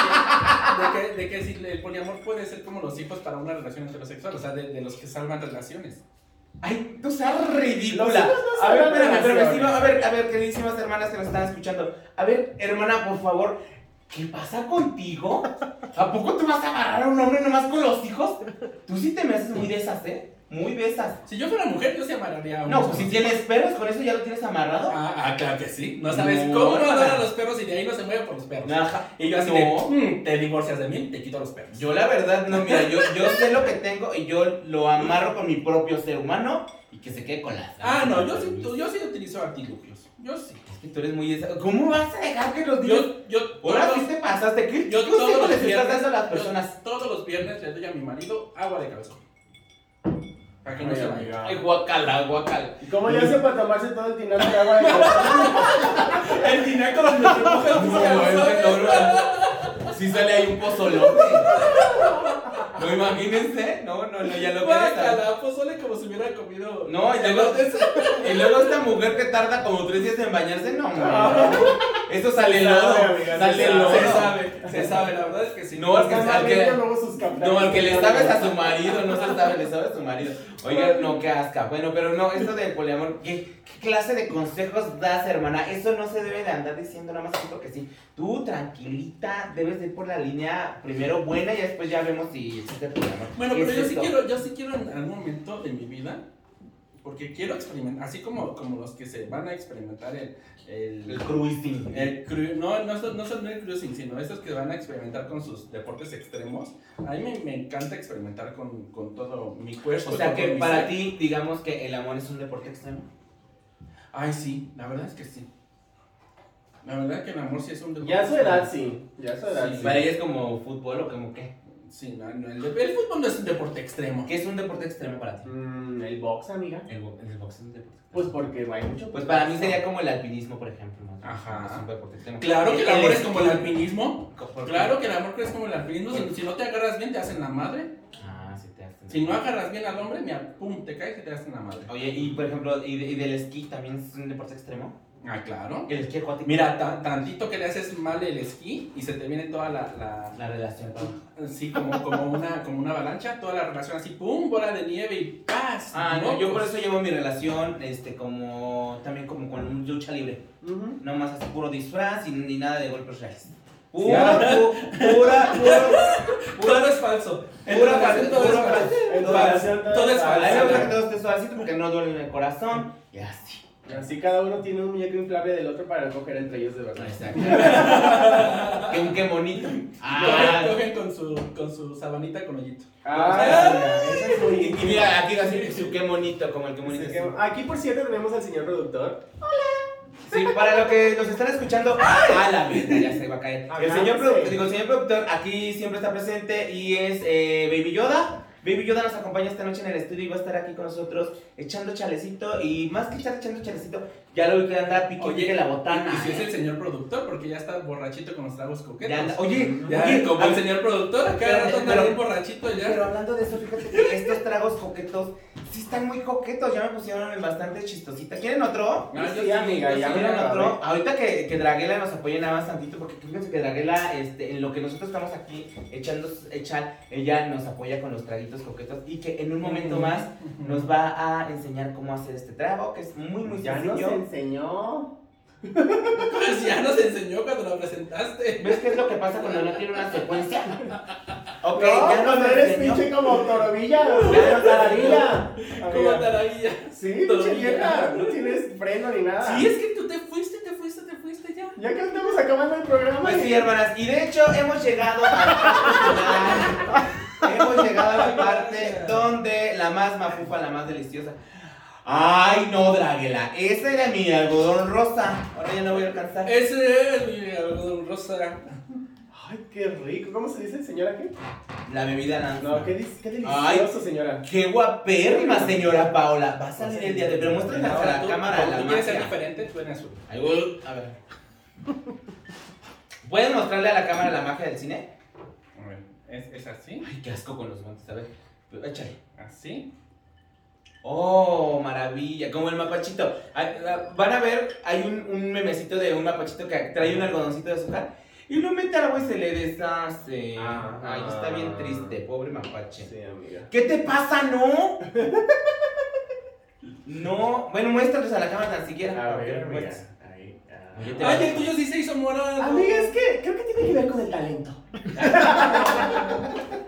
B: De que, de que, de que si el poliamor puede ser como los hijos para una relación heterosexual, o sea, de, de los que salvan relaciones.
A: Ay, tú seas
E: Los
A: ridícula.
E: hijos no
A: A ver,
E: salvan
A: espérame, espérame, sí,
E: relaciones.
A: va- a ver, a ver, queridísimas hermanas que nos están escuchando. A ver, hermana, por favor, ¿qué pasa contigo? ¿A poco te vas a agarrar a un hombre nomás con los hijos? Tú sí te me haces muy de esas, ¿eh? Muy de esas.
B: Si yo fuera mujer, yo se amarraría a un
A: No, pues si tienes perros, con eso ya lo tienes amarrado.
B: Ah, ah, claro que sí. No sabes
A: No.
B: cómo no adoran a los perros y de ahí no se mueve por los perros.
A: Ajá.
B: Y yo así de,
A: No.
B: "Mm, te divorcias de mí, te quito los perros.
A: Yo la verdad, no, mira, yo, yo sé lo que tengo y yo lo amarro con mi propio ser humano y que se quede con las.
B: ah, no, yo sí, tú- yo sí utilizo artilugios. Yo sí.
A: Es que tú eres muy esa- ¿Cómo vas a dejar que los niños?
B: Yo, yo,
A: Ahora sí
B: todos-
A: te pasaste. ¿Qué
B: yo
A: qué
B: todos
A: consejo
B: los
A: les estás
B: viernes,
A: dando a las
B: yo
A: personas?
B: todos los viernes le doy a mi marido agua de calzón. Para que no
E: Ay,
B: se vaya.
E: amiga.
A: Ay, guacala, guacala.
E: ¿Y cómo le hace para tomarse todo el tinaco de agua de calzón?
B: El tinaco donde te mojas tus calzones.
A: Si sale ahí un pozolote. No, imagínense. No, no, no, ya lo que
B: Guácala, pozole como si hubiera comido.
A: No, y luego, y luego esta mujer que tarda como tres días en bañarse, no, no. Eso sale
B: Se
A: lodo.
B: sabe, amiga,
A: Sale
B: se
A: lodo.
B: sabe, Se sabe, se sabe, la verdad es que sí.
A: No, es que
E: Mamá,
A: al que,
E: yo luego sus captales.
A: no, al que le sabes a su marido, no se sabe, le sabes a su marido. Oiga, no, qué asca. Bueno, pero no, esto del poliamor, ¿qué, qué clase de consejos das, hermana? Eso no se debe de andar diciendo nada más así porque sí. Tú, tranquilita, debes de ir por la línea primero buena y después ya vemos si existe poliamor.
B: Bueno,
A: ¿Qué
B: pero
A: es
B: yo sí
A: esto?
B: quiero, yo sí quiero en algún momento de mi vida, porque quiero experimentar, así como, como los que se van a experimentar el,
A: El
B: el,
A: cruising. Eh,
B: el cru- no, no, son- no son el cruising, sino esos que van a experimentar con sus deportes extremos. A mí me, me encanta experimentar con, con todo mi cuerpo.
A: O sea
B: todo
A: que
B: mi
A: para
B: ser.
A: ti, digamos que el amor es un deporte extremo.
B: Ay, sí, la verdad es que sí. La verdad que el amor sí es un deporte.
E: Ya a su edad, sí. Ya a su edad,
B: Sí.
E: sí.
A: Para ella es como fútbol o como qué.
B: Sí, no, no, el, de- el fútbol no es un deporte extremo.
A: ¿Qué es un deporte extremo para ti?
E: Mm, el box, amiga.
A: El, bo- el boxeo es un deporte extremo.
E: Pues porque hay mucho.
A: Pues para mí sería como el alpinismo, por ejemplo. más o menos.
B: Ajá.
A: Es un deporte extremo.
B: Claro que el amor es como el
A: esquí.
B: alpinismo.
A: ¿Por qué?
B: Claro que el amor es como el alpinismo. Si, si no te agarras bien, te hacen la madre.
A: Ah, sí te hacen.
B: Si no agarras bien al hombre, mira, pum, te caes y te hacen la madre.
A: Oye, y por ejemplo, ¿y, de- y del esquí también es un deporte extremo?
B: Ah, claro.
A: El esquí acuático.
B: Mira, ta- tantito que le haces mal el esquí y se te viene toda la. la-
A: La relación. para abajo.
B: sí, como, como, una, como una avalancha, toda la relación así, pum, bola de nieve y ¡paz!
A: Ah, no, yo por
B: pues,
A: eso llevo mi relación este, como. También como con un lucha libre.
E: Ujú.
A: No más así puro disfraz y ni nada de golpes reales.
B: ahora-
A: Pura, pu- pura, pura.
B: Todo es falso. En
A: Pura
B: relación, todo es
A: pura
B: falso.
E: En tu
B: Todo es-
E: relación,
B: todo es
A: A mí me gusta que
B: falso.
A: todo esté suavecito porque no duele en el corazón. Y así.
E: Así cada uno tiene un muñeco inflable del otro para coger entre ellos de verdad.
A: Exacto. que un qué bonito.
B: Cogen-
A: Ah,
B: Cogen con su, con su sabanita con hoyito.
E: Ah, mira, eso es muy
A: Y
E: íntimo.
A: mira, aquí va a decir su qué bonito, como el qué bonito.
E: Dice que- Aquí, por cierto, tenemos al señor productor.
A: Sí, para lo que nos están escuchando, a la verga, ya se va a caer. El
E: Ajá,
A: señor, produ-
E: sí.
A: digo, el señor productor aquí siempre está presente y es eh, Baby Yoda. Baby Yoda nos acompaña esta noche en el estudio y va a estar aquí con nosotros echando chalecito y más que estar echando chalecito, ya lo vi que anda pique, pique la botana.
B: Y si es
A: ¿eh?
B: el señor productor, porque ya está borrachito con los tragos coquetos.
A: Ya anda- oye,
B: Ya,
A: oye,
B: como
A: a-
B: el señor productor, acá
A: Pero-
B: rato anda
A: pero-
B: bien borrachito
A: Pero
B: ya.
A: hablando de eso, fíjate que estos tragos coquetos sí están muy coquetos. Ya me pusieron bastante chistosita. ¿Quieren otro?
B: No, yo
E: Sí, amiga,
B: yo
E: ya me
A: ¿Quieren
E: la acabé.
A: otro? Ahorita que, que Draguela nos apoye nada más tantito, porque fíjense que Draguela, este, en lo que nosotros estamos aquí echando, echar, ella nos apoya con los traguitos coquetos y que en un momento más nos va a enseñar cómo hacer este trago, que es muy, muy
E: Ya nos
A: sencillo.
E: enseñó.
B: Pues ya nos enseñó cuando lo presentaste.
A: ¿Ves qué es lo que pasa cuando no tiene una secuencia? Ok,
E: no,
A: ya
E: pues
A: nos
E: eres
A: enseñó.
E: pinche como Torovilla. Taravilla.
A: Ah,
B: Como
E: Amiga.
B: taravilla.
E: Sí, pinche
B: Torovilla.
E: vieja. No tienes freno ni nada.
A: Ah.
B: Sí, es que tú te fuiste, te fuiste, te fuiste ya.
E: Ya que estamos acabando el programa.
A: Pues
E: y-
A: sí, hermanas, y de hecho hemos llegado a hemos llegado a la parte donde la más mafufa, la más deliciosa. Ay, no, Draguela, ese era mi algodón rosa. Ahora ya no voy a alcanzar.
B: Ese es mi algodón rosa.
E: Ay, qué rico. ¿Cómo se dice, señora? ¿Qué?
A: La bebida lanza.
E: No, qué, dis- qué delicioso,
A: Ah, Ay.
E: señora.
A: Qué guapérrima, señora Paola. Va a salir el día de. Pero muéstrale a
B: Ahora
A: la
B: tú,
A: cámara
B: como
A: la
B: tú quieres ser
A: magia.
B: diferente, tú eres azul.
A: Ahí voy, a ver. ¿Puedes mostrarle a la cámara la magia del cine?
B: A ver, ¿Es, es así,
A: Ay, qué asco con los guantes, a ver. Échale.
B: así.
A: Oh, maravilla, como el mapachito. Ay, la- Van a ver, hay un, un memecito de un mapachito que trae un algodoncito de azúcar y lo mete al agua y se le deshace.
E: Ah.
A: Ay, está bien triste, pobre mapache.
E: Sí, amiga.
A: ¿Qué te pasa, no? no, bueno, muéstrales a la cámara tan siquiera. pues,
E: A ver, amiga.
A: Muestra-
E: Ahí. ah.
A: Oye, te-
B: Ay, el tuyo sí se hizo morado.
A: Ah,
E: Amiga, es que creo que tiene que ver con el talento.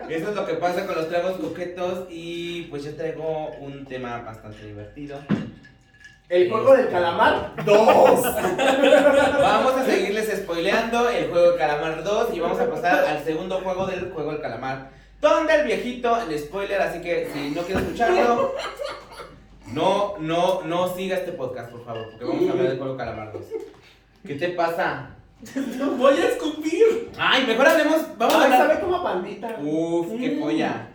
A: Eso es lo que pasa con los tragos coquetos y pues yo traigo un tema bastante divertido.
E: El juego del calamar. Dos.
A: Vamos a seguirles spoileando el juego del calamar 2 y vamos a pasar al segundo juego del juego del calamar. Donde el viejito, el spoiler, así que si no quieres escucharlo, no, no, no siga este podcast, por favor, porque vamos a hablar del juego del calamar 2. ¿Qué te pasa?
B: Voy a escupir.
A: Ay, mejor hablemos, vamos a
E: Ay,
A: hablar. Uh,
E: sabe como a pandita.
A: Uf,
B: Mm.
A: qué polla.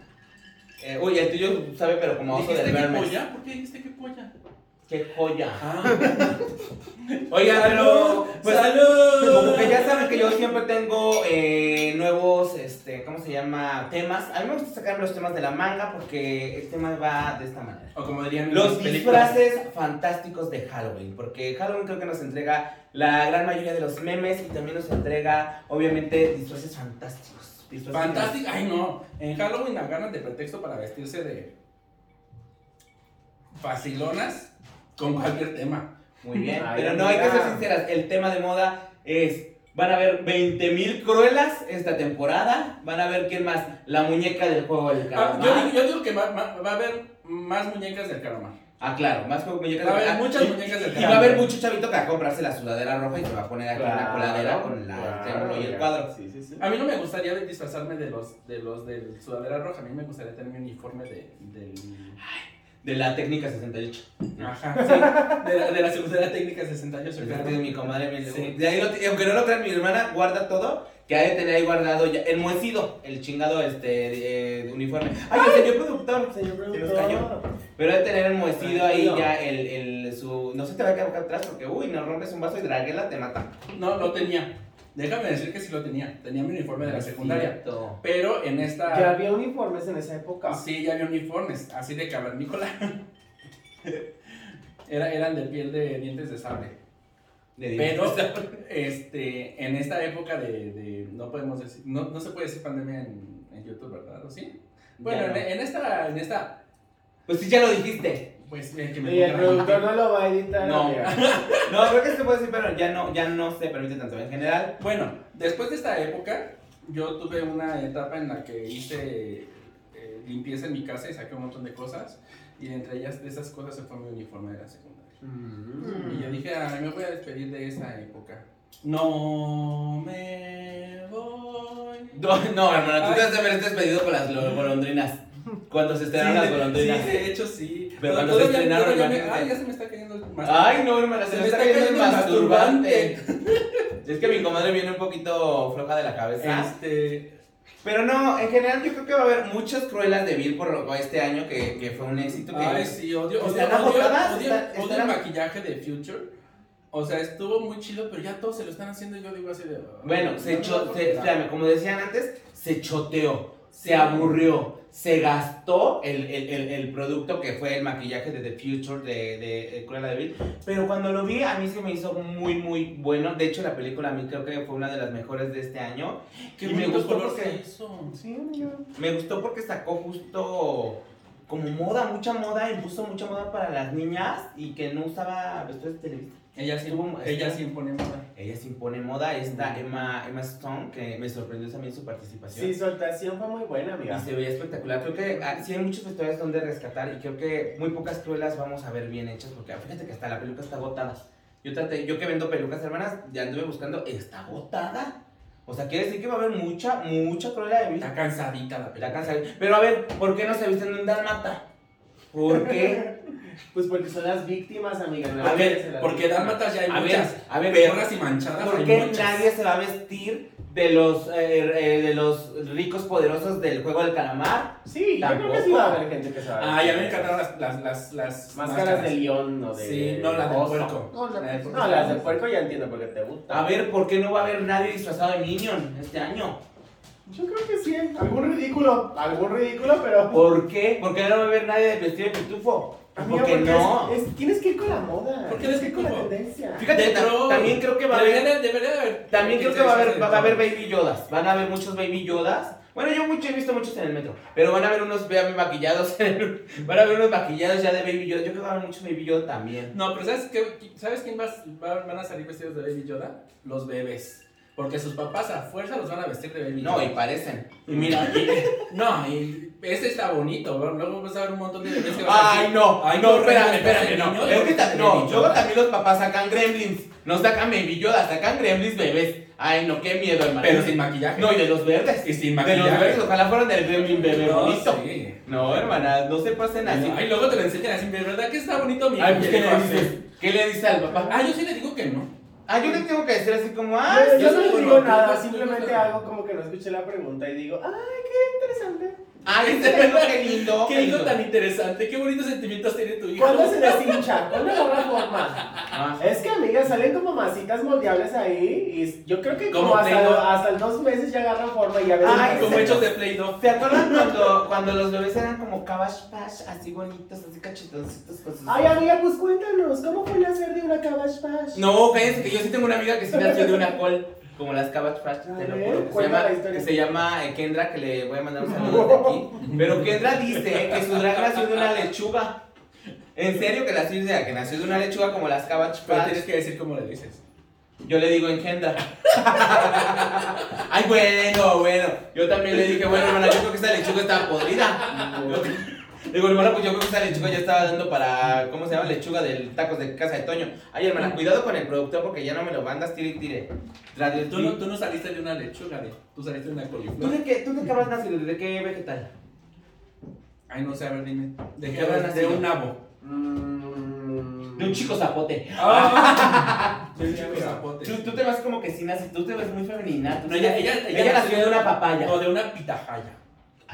A: Eh, uy, el tuyo sabe, pero como oso
B: ¿Dijiste
A: del
B: que
A: verme. Ah.
B: polla? ¿Por qué dijiste que polla?
A: ¡Qué joya!
B: Oiga, salud,
A: Pues,
B: salud.
A: Como que ya saben que yo siempre tengo eh, nuevos, este, ¿cómo se llama? Temas. A mí me gusta sacarme los temas de la manga porque el tema va de esta manera.
B: O como dirían
A: Los
B: mis películas.
A: disfraces fantásticos de Halloween, porque Halloween creo que nos entrega la gran mayoría de los memes y también nos entrega, obviamente, disfraces fantásticos. Disfraces
B: Fantástico. Ay, no. En Halloween agarran de pretexto para vestirse de facilonas con cualquier tema.
A: Muy bien,
E: Ay,
A: pero no hay que ser
E: amiga.
A: sinceras, el tema de moda es, van a haber 20.000 cruelas esta temporada, van a ver quién más, la muñeca del juego del
B: Ah, yo, digo,
A: calamar.
B: yo digo que va, va- va a haber más muñecas del calamar.
A: Ah, claro, más juego- muñecas
B: Va a
A: del
B: haber
A: calamar.
B: muchas
A: Ah, Y-
B: muñecas del
A: Y va a haber
B: calamar.
A: mucho chavito que va a comprarse la sudadera roja y se va a poner aquí en la coladera con la, el triángulo y el cuadro.
E: Sí, sí, sí.
B: A mí no me gustaría disfrazarme de los de los del sudadera roja. A mí me gustaría tener mi uniforme de, del.
A: De la técnica 68.
B: Ajá, sí. De la, de la secundaria técnica 68.
A: El
B: claro.
A: vestido de Pues mi comadre, mi-
B: Sí.
A: de ahí lo t- aunque no lo crean, mi hermana guarda todo, que ha de tener ahí guardado ya, enmohecido, el chingado este, eh, uniforme. ¡Ay, el señor productor!
E: Señor
A: nos cayó. Pero de tener enmohecido ahí
E: Tranquilo.
A: ya el, el, su... No se te va a quedar boca atrás porque, uy, no rompes un vaso y Draguela te mata.
B: No, lo tenía. Déjame decir que sí lo tenía. Tenía mi uniforme de
A: Ah,
B: la secundaria.
A: Cierto.
B: Pero en esta.
E: Ya había uniformes en esa época.
B: Sí, ya había uniformes, así de cavernícola. Era, eran de piel de dientes de sable.
A: De
B: Pero este, en esta época de, de- no podemos decir, no, no se puede decir pandemia en, en YouTube, ¿verdad? ¿O sí? Bueno,
A: Ya no.
B: en, en esta, en esta,
A: Pues sí, ya lo dijiste.
B: pues eh, que me
E: Y el
B: ponga-
E: productor no lo va a editar.
A: No.
E: amiga.
A: No, creo que se puede decir, pero ya no, ya no se permite tanto. En general,
B: Bueno, después de esta época, yo tuve una etapa en la que hice eh, limpieza en mi casa y saqué un montón de cosas. Y entre ellas, de esas cosas, se fue mi uniforme de la secundaria. Y yo dije, ay, me voy a despedir de esa época. No me voy.
A: No, no, hermana, tú te
B: Ay.
A: has de haber despedido con las lo- golondrinas. Cuando se estrenaron
B: Sí,
A: las
B: de-
A: golondrinas.
B: Sí, de hecho sí.
A: Pero cuando se
B: Todavía-
A: estrenaron,
B: todavía me-
A: imagínate.
B: Ay, ya se me está cayendo el más.
A: Ay, no, hermana, se,
B: Se
A: me
B: me
A: está
B: está
A: cayendo el
B: cayendo el
A: masturbante. es que mi comadre viene un poquito floja de la cabeza.
B: Este.
A: Pero no, en general yo creo que va a haber muchas cruelas de Bill por lo- este año que, que fue un éxito. Ah, Que,
B: Ay, sí, odio. Odio,
A: ¿Están
B: odio,
A: agotadas?
B: odio-
A: ¿Están-
B: odio
A: están
B: el
A: ag-
B: maquillaje de Future. O sea, estuvo muy chido, pero ya todos se lo están haciendo y yo digo así de. "Ah,
A: Bueno, se,
B: no,
A: cho-
B: no,
A: se-
B: no.
A: espérame, como decían antes, se choteó,
B: Sí.
A: se aburrió, se gastó el, el- el- el producto que fue el maquillaje de The Future de, de, de Cruella de Vil. Pero cuando lo vi, a mí se me hizo muy, muy bueno. De hecho, la película a mí creo que fue una de las mejores de este año.
B: Qué
A: y me
B: bonito
A: gustó
B: color
A: porque-
B: se hizo.
E: Sí, amiga.
A: Me gustó porque sacó justo como moda, mucha moda, y puso mucha moda para las niñas y que no usaba vestuarios de televisión.
B: Ella sí,
A: Estuvo-
B: ella
A: estuvo-
B: sí impone moda.
A: Ella se impone moda, esta Emma, Emma Stone, que me sorprendió también su participación.
E: Sí, su actuación fue muy buena, amiga.
A: Y se veía espectacular. Creo que ah, sí hay muchas historias donde rescatar y creo que muy pocas cruelas vamos a ver bien hechas porque ah, fíjate que hasta la peluca está agotada. Yo traté, yo que vendo pelucas hermanas, ya anduve buscando, está agotada. O sea, quiere decir que va a haber mucha, mucha cruela de vida.
B: Está cansadita la
A: La
B: película.
A: cansa. Pero a ver, ¿por qué no se visten de un dálmata? ¿Por qué?
E: Pues porque son las víctimas, amiga. no
B: A
E: las que se
B: ver,
E: las
B: porque
E: víctimas.
B: dálmatas ya hay
A: A ver,
B: muchas.
A: a ver,
B: perras y manchadas
A: ¿Por
B: hay
A: qué
B: muchas.
A: nadie se va a vestir de los, eh, eh, de los ricos poderosos del juego del calamar?
E: Sí, yo creo que sí
A: Tampoco.
E: va a haber gente que se va a
B: Ah, ya
E: vestir.
B: me encantaron las, las, las, las
E: Máscaras de león o de.
B: Sí, no, las del
E: oso.
B: puerco.
C: No, la-
B: del puerco.
E: No, las del puerco ya entiendo porque te gusta.
A: A ver, ¿por qué no va a haber nadie disfrazado de Minion este año?
E: Yo creo que sí, algún ridículo, algún ridículo, pero.
A: ¿Por qué? ¿Por qué no va a haber nadie vestido de pitufo?
B: Ah,
E: Amiga,
A: Porque
E: porque
A: no.
E: es- es- tienes que ir con la moda.
B: ¿Por qué
E: tienes
B: no
E: que ir con la
B: tipo?
E: tendencia.
A: Fíjate,
B: De
A: ta-
B: Troy.
A: también creo que va a
B: Debería
A: haber.
B: de- debería de haber.
A: También creo que va a haber, va a haber
B: de-
A: baby yodas. Van a haber muchos baby yodas. Bueno, yo mucho, he visto muchos en el metro. Pero van a haber unos, vean, maquillados. en el- van a haber unos maquillados ya de baby yoda. Yo creo que va a haber muchos baby yoda también.
B: No, pero ¿sabes, qué, ¿sabes quién vas- va- van a salir vestidos de Baby Yoda? Los bebés. Porque sus papás a fuerza los van a vestir de Baby
A: No,
B: Yoda.
A: y parecen.
B: Y mira, y- no, y ese está bonito. ¿no? Luego vas a ver un montón de bebés que van a
A: Ay,
B: decir,
A: no,
B: Ay,
A: no,
B: no,
A: espérame,
B: espérame,
A: espérame, no.
B: niño,
A: Es que ta-
B: baby
A: no,
B: yoda.
A: luego también los papás sacan gremlins. No sacan baby yoda, sacan gremlins bebés. Ay, no, qué miedo, hermano.
B: Pero sin maquillaje.
A: No, y de los verdes.
B: y sin
A: De los verdes,
B: maquillaje.
A: ojalá fueran del gremlin bebé
B: No,
A: bonito.
B: sí.
A: No, hermanas, no se pasen así.
B: Ay, luego te lo enseñan así, de verdad que está bonito mi
A: Ay, pues, ¿qué
B: hijo,
A: le
B: así.
A: dices? ¿Qué le dices al papá?
B: Ah, yo sí le digo que no.
A: Ah, yo le tengo que decir así como, ah,
E: Yo, yo
A: sí,
E: no
A: bueno.
E: digo nada,
B: yo-
E: simplemente
B: yo-
E: hago como que no escuché la pregunta y digo, ¡ay, qué interesante!
A: Ay, este pelo, qué lindo.
B: Qué hijo tan interesante, qué bonitos sentimientos tiene tu hijo.
E: ¿Cuándo se deshincha? ¿Cuándo agarra forma?
A: Ah,
E: Es que, amigas, salen como masitas moldeables ahí y yo creo que como
B: Como Play-Doh.
E: hasta, hasta dos meses ya agarran forma y ya ven.
A: Ay,
B: Como hechos de Play Doh.
A: ¿Se acuerdan cuando, cuando los bebés eran como cabash pash, así bonitos, así cachetoncitos con sus-
E: Ay, amiga, pues cuéntanos, ¿cómo fue nacer de una cabash bash?
A: No, cállense, que yo sí tengo una amiga que sí nació de una col, como las cabash pash,
E: A
A: te lo
E: ver,
A: juro. Que se,
E: cuenta
A: llama,
E: la historia.
A: que se llama eh, Kendra, que le voy a mandar un saludo desde aquí. Pero Kendra dice que su drag nació de una lechuga. En serio que nació de, que nació de una lechuga como las cabash
B: Pero
A: pash.
B: tienes que decir cómo le dices.
A: Yo le digo engendra. Ay, bueno, bueno. Yo también le dije, bueno, hermana, yo creo que esta lechuga está podrida. Yo te- Digo, hermana, pues yo creo que esta lechuga ya estaba dando para, ¿cómo se llama? Lechuga del tacos de casa de Toño. Ay, hermana, cuidado con el productor porque ya no me lo mandas, tire y tire. Radio
B: Tú no, tú no saliste de una lechuga, de, tú saliste de una
A: ¿Tú
B: coliflor.
A: de qué, tú de qué habrás nacido? ¿De qué vegetal?
B: Ay, no sé, a ver, dime. ¿De
A: ¿De
B: qué
A: qué
B: hablas? De
A: nacido?
B: un nabo.
E: Mm.
A: De un chico zapote.
B: Ah,
A: Ah,
B: De un chico zapote.
A: Tú, tú te vas como que sin así, tú te ves muy femenina. tú
B: No,
A: te-
B: ella, ella, ella,
A: nació de una papaya. Ah.
B: O de una pitajaya.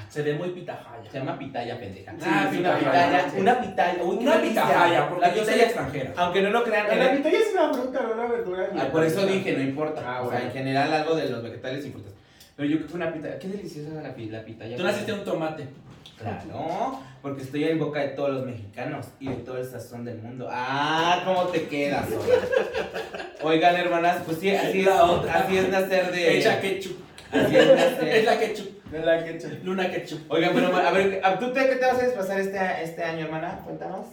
B: Se ve muy pitajaya.
A: Se llama pitaya, pendeja.
B: Ah,
A: Sí, una
B: pitaya,
A: pitaya.
E: sí.
A: Una pitaya. uy, qué
B: Una
A: delicia.
B: pitajaya, porque
A: La
B: yo soy
A: pitaya-
B: extranjera.
A: Aunque no lo crean,
E: La
A: en el-
E: lapitoya es una fruta, no una verdura. ni
A: Ah,
E: una
A: por eso
E: fruta.
A: dije, no importa. o
E: Ah,
A: sea,
E: bueno.
A: en general algo de los vegetales y frutas. Pero yo creo que una pitaya. Qué deliciosa la, pi- la pitaya.
B: Tú naciste un tomate.
A: Claro, porque estoy en boca de todos los mexicanos y de todo el sazón del mundo. Ah, ¿cómo te quedas? Olga? Oigan, hermanas, pues sí, así es,
B: La otra.
A: así es nacer de.
B: Hecha ketchup.
A: Así es
B: Es
A: nacer.
B: la ketchup.
E: De la que eché.
B: Luna ketchup.
A: Oigan, pero a ver, ¿a- ¿tú te, qué te vas a desplazar este, este año, hermana? Cuéntanos.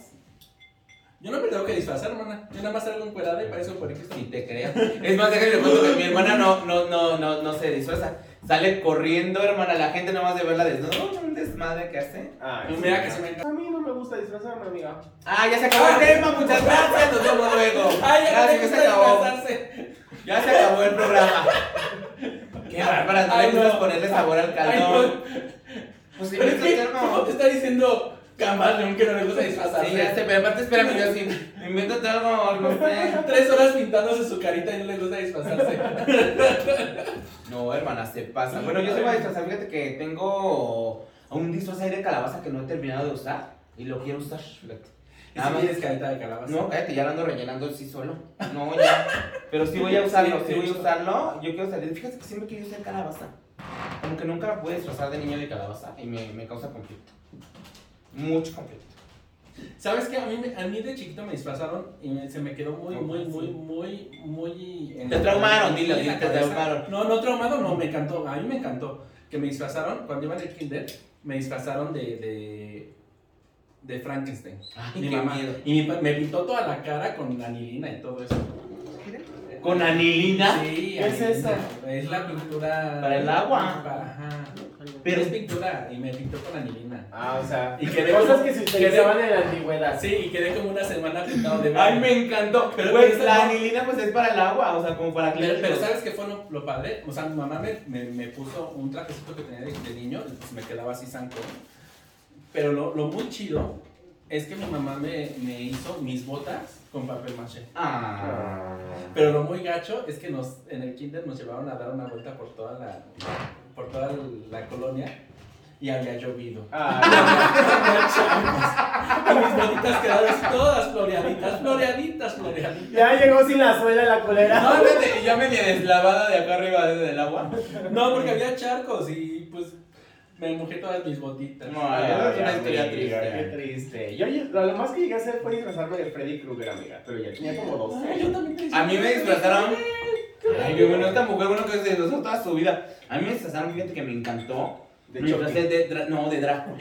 B: Yo no me tengo que disfrazar, hermana. Yo nada más salgo encuerada y para eso por
A: Sí, Pues, te creo. Es más, déjame le cuento que mi hermana no, no, no, no, no se disfraza. Sale corriendo, hermana. La gente nomás de verla desnuda. Un desmadre que hace.
E: Ay,
B: Mira
E: Ah, sí.
B: que se me encanta.
E: A mí no me gusta disfrazarme, amiga.
A: Ah, ya se acabó el tema. Muchas gracias. Nos vemos luego.
B: Ay, ya no me
A: gracias, ya
B: gusta
A: se acabó.
B: disfrazarse.
A: Ya se acabó el programa. Qué bárbara. Tú
B: Ay,
A: le gustas
B: no.
A: ponerle sabor al
B: Ay,
A: caldo.
B: no.
A: Pues
B: Pero es que,
A: invéntate,
B: ¿cómo
A: no.
B: te está diciendo Camaleón que no le gusta disfrazarse?
A: Sí, ya sé, pero aparte espérame, yo así, invéntate algo, no sé.
B: Tres horas pintándose su carita y no le gusta disfrazarse.
A: No, hermana, se pasa. Bueno, yo se voy a disfrazar, fíjate que tengo un disfraz ahí de calabaza que no he terminado de usar y lo quiero usar, fíjate.
B: ¿Y
A: Nada
B: si
A: más-
B: tienes carita de calabaza?
A: No, cállate, ya lo ando rellenando sí solo. No, ya. Pero sí voy a usarlo,
B: Sí,
A: sí
B: de
A: voy a
B: hecho.
A: usarlo. Yo quiero salir. Fíjate que siempre quiero usar calabaza. Como que nunca me pude disfrazar de niño de calabaza y me, me causa conflicto. Mucho conflicto.
B: ¿Sabes qué? A mí, me- a mí de chiquito me disfrazaron y me- se me quedó muy, muy, muy, muy, muy... en
A: Te
B: la-
A: traumaron, dilo,
B: en la
A: dilo, te
B: cabeza.
A: traumaron.
B: No, no traumado, no, me encantó. A mí me encantó que me disfrazaron, cuando iba en el kinder, me disfrazaron de... de de Frankenstein.
A: Ay,
B: Ah, Mi
A: qué
B: mamá.
A: miedo.
B: Y mi pa- me pintó toda la cara con anilina y todo eso.
A: Con anilina.
B: Sí,
E: ¿Qué es
B: ahí,
E: eso?
B: Es la pintura.
A: Para el agua.
B: Para- ajá.
A: Pero-
B: Pero es pintura y me pintó con anilina.
E: Ah, o sea.
B: Y quedé
E: cosas
B: como-
E: que se
B: quedé-
E: utilizaban en la antigüedad.
B: Sí, y quedé como una semana pintado de
A: Ay,
B: verde.
A: me encantó.
B: Pero
A: Güey,
B: esa
A: la
B: no-
A: anilina pues es para el agua, o sea, como para
B: Pero, pero
A: clínicos.
B: ¿sabes qué fue lo, lo padre? O sea, mi mamá me, me, me puso un trajecito que tenía de, de niño, pues me quedaba así zanco. Pero lo, lo muy chido es que mi mamá me, me hizo mis botas con papel maché.
A: Ah.
B: Pero lo muy gacho es que nos, en el kinder nos llevaron a dar una vuelta por toda la, por toda la colonia y había llovido.
E: Ah,
B: Y mis botitas quedaron todas floreaditas, floreaditas, floreaditas.
E: ya llegó sin la suela la culera.
A: No, espérate, y ya media deslavada de acá arriba desde del agua.
B: No, porque había charcos y pues me mojé todas mis botitas.
A: No, ay, es una historia
E: amiga,
A: triste.
E: Qué triste. Yo, yo- lo, lo más que llegué a hacer fue disfrazarme de Freddy Krueger, amiga. Pero ya tenía como 12.
B: Ay, yo también te hice-
A: A mí me disfrazaron. Ay, qué bueno, esta mujer, bueno, que se disfrazó toda su vida. A mí me disfrazaron, fíjate que me encantó.
E: De
A: me
E: hecho,
A: disfrazé de. Dra- no, de Drácula.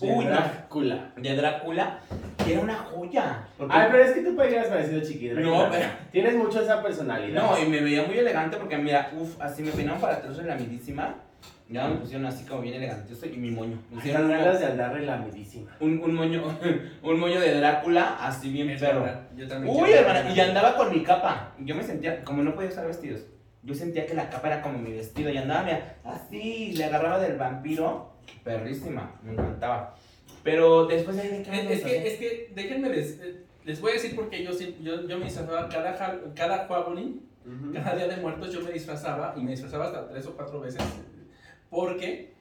A: Uy, no. De Drácula. que Era una joya. Porque-
E: Ay, pero es que tú podrías parecido chiquito.
A: No, pero-
E: Tienes mucho esa personalidad.
A: No, y me veía muy elegante porque, mira, uff, así me peinaron para atrás relamidísima. Ya me pusieron así como bien elegantioso y mi moño. Me
E: Tienes
A: hicieron
E: ganas
A: un,
E: de andar relamidísima.
A: un, un moño un moño de Drácula así bien
B: Es
A: perro.
B: verdad, yo también
A: Uy,
B: quiero-
A: hermana, y andaba con mi capa. Yo me sentía, como no podía usar vestidos, yo sentía que la capa era como mi vestido. Y andaba, mira, así, le agarraba del vampiro. Perrísima, me encantaba. Pero después de ahí, ¿de qué
B: Es,
A: me
B: es que,
A: disfracé?
B: es que, déjenme les, les voy a decir porque yo, siempre- yo, yo me disfrazaba cada, Hal- cada Halloween Cada día de muertos yo me disfrazaba y me disfrazaba hasta tres o cuatro veces porque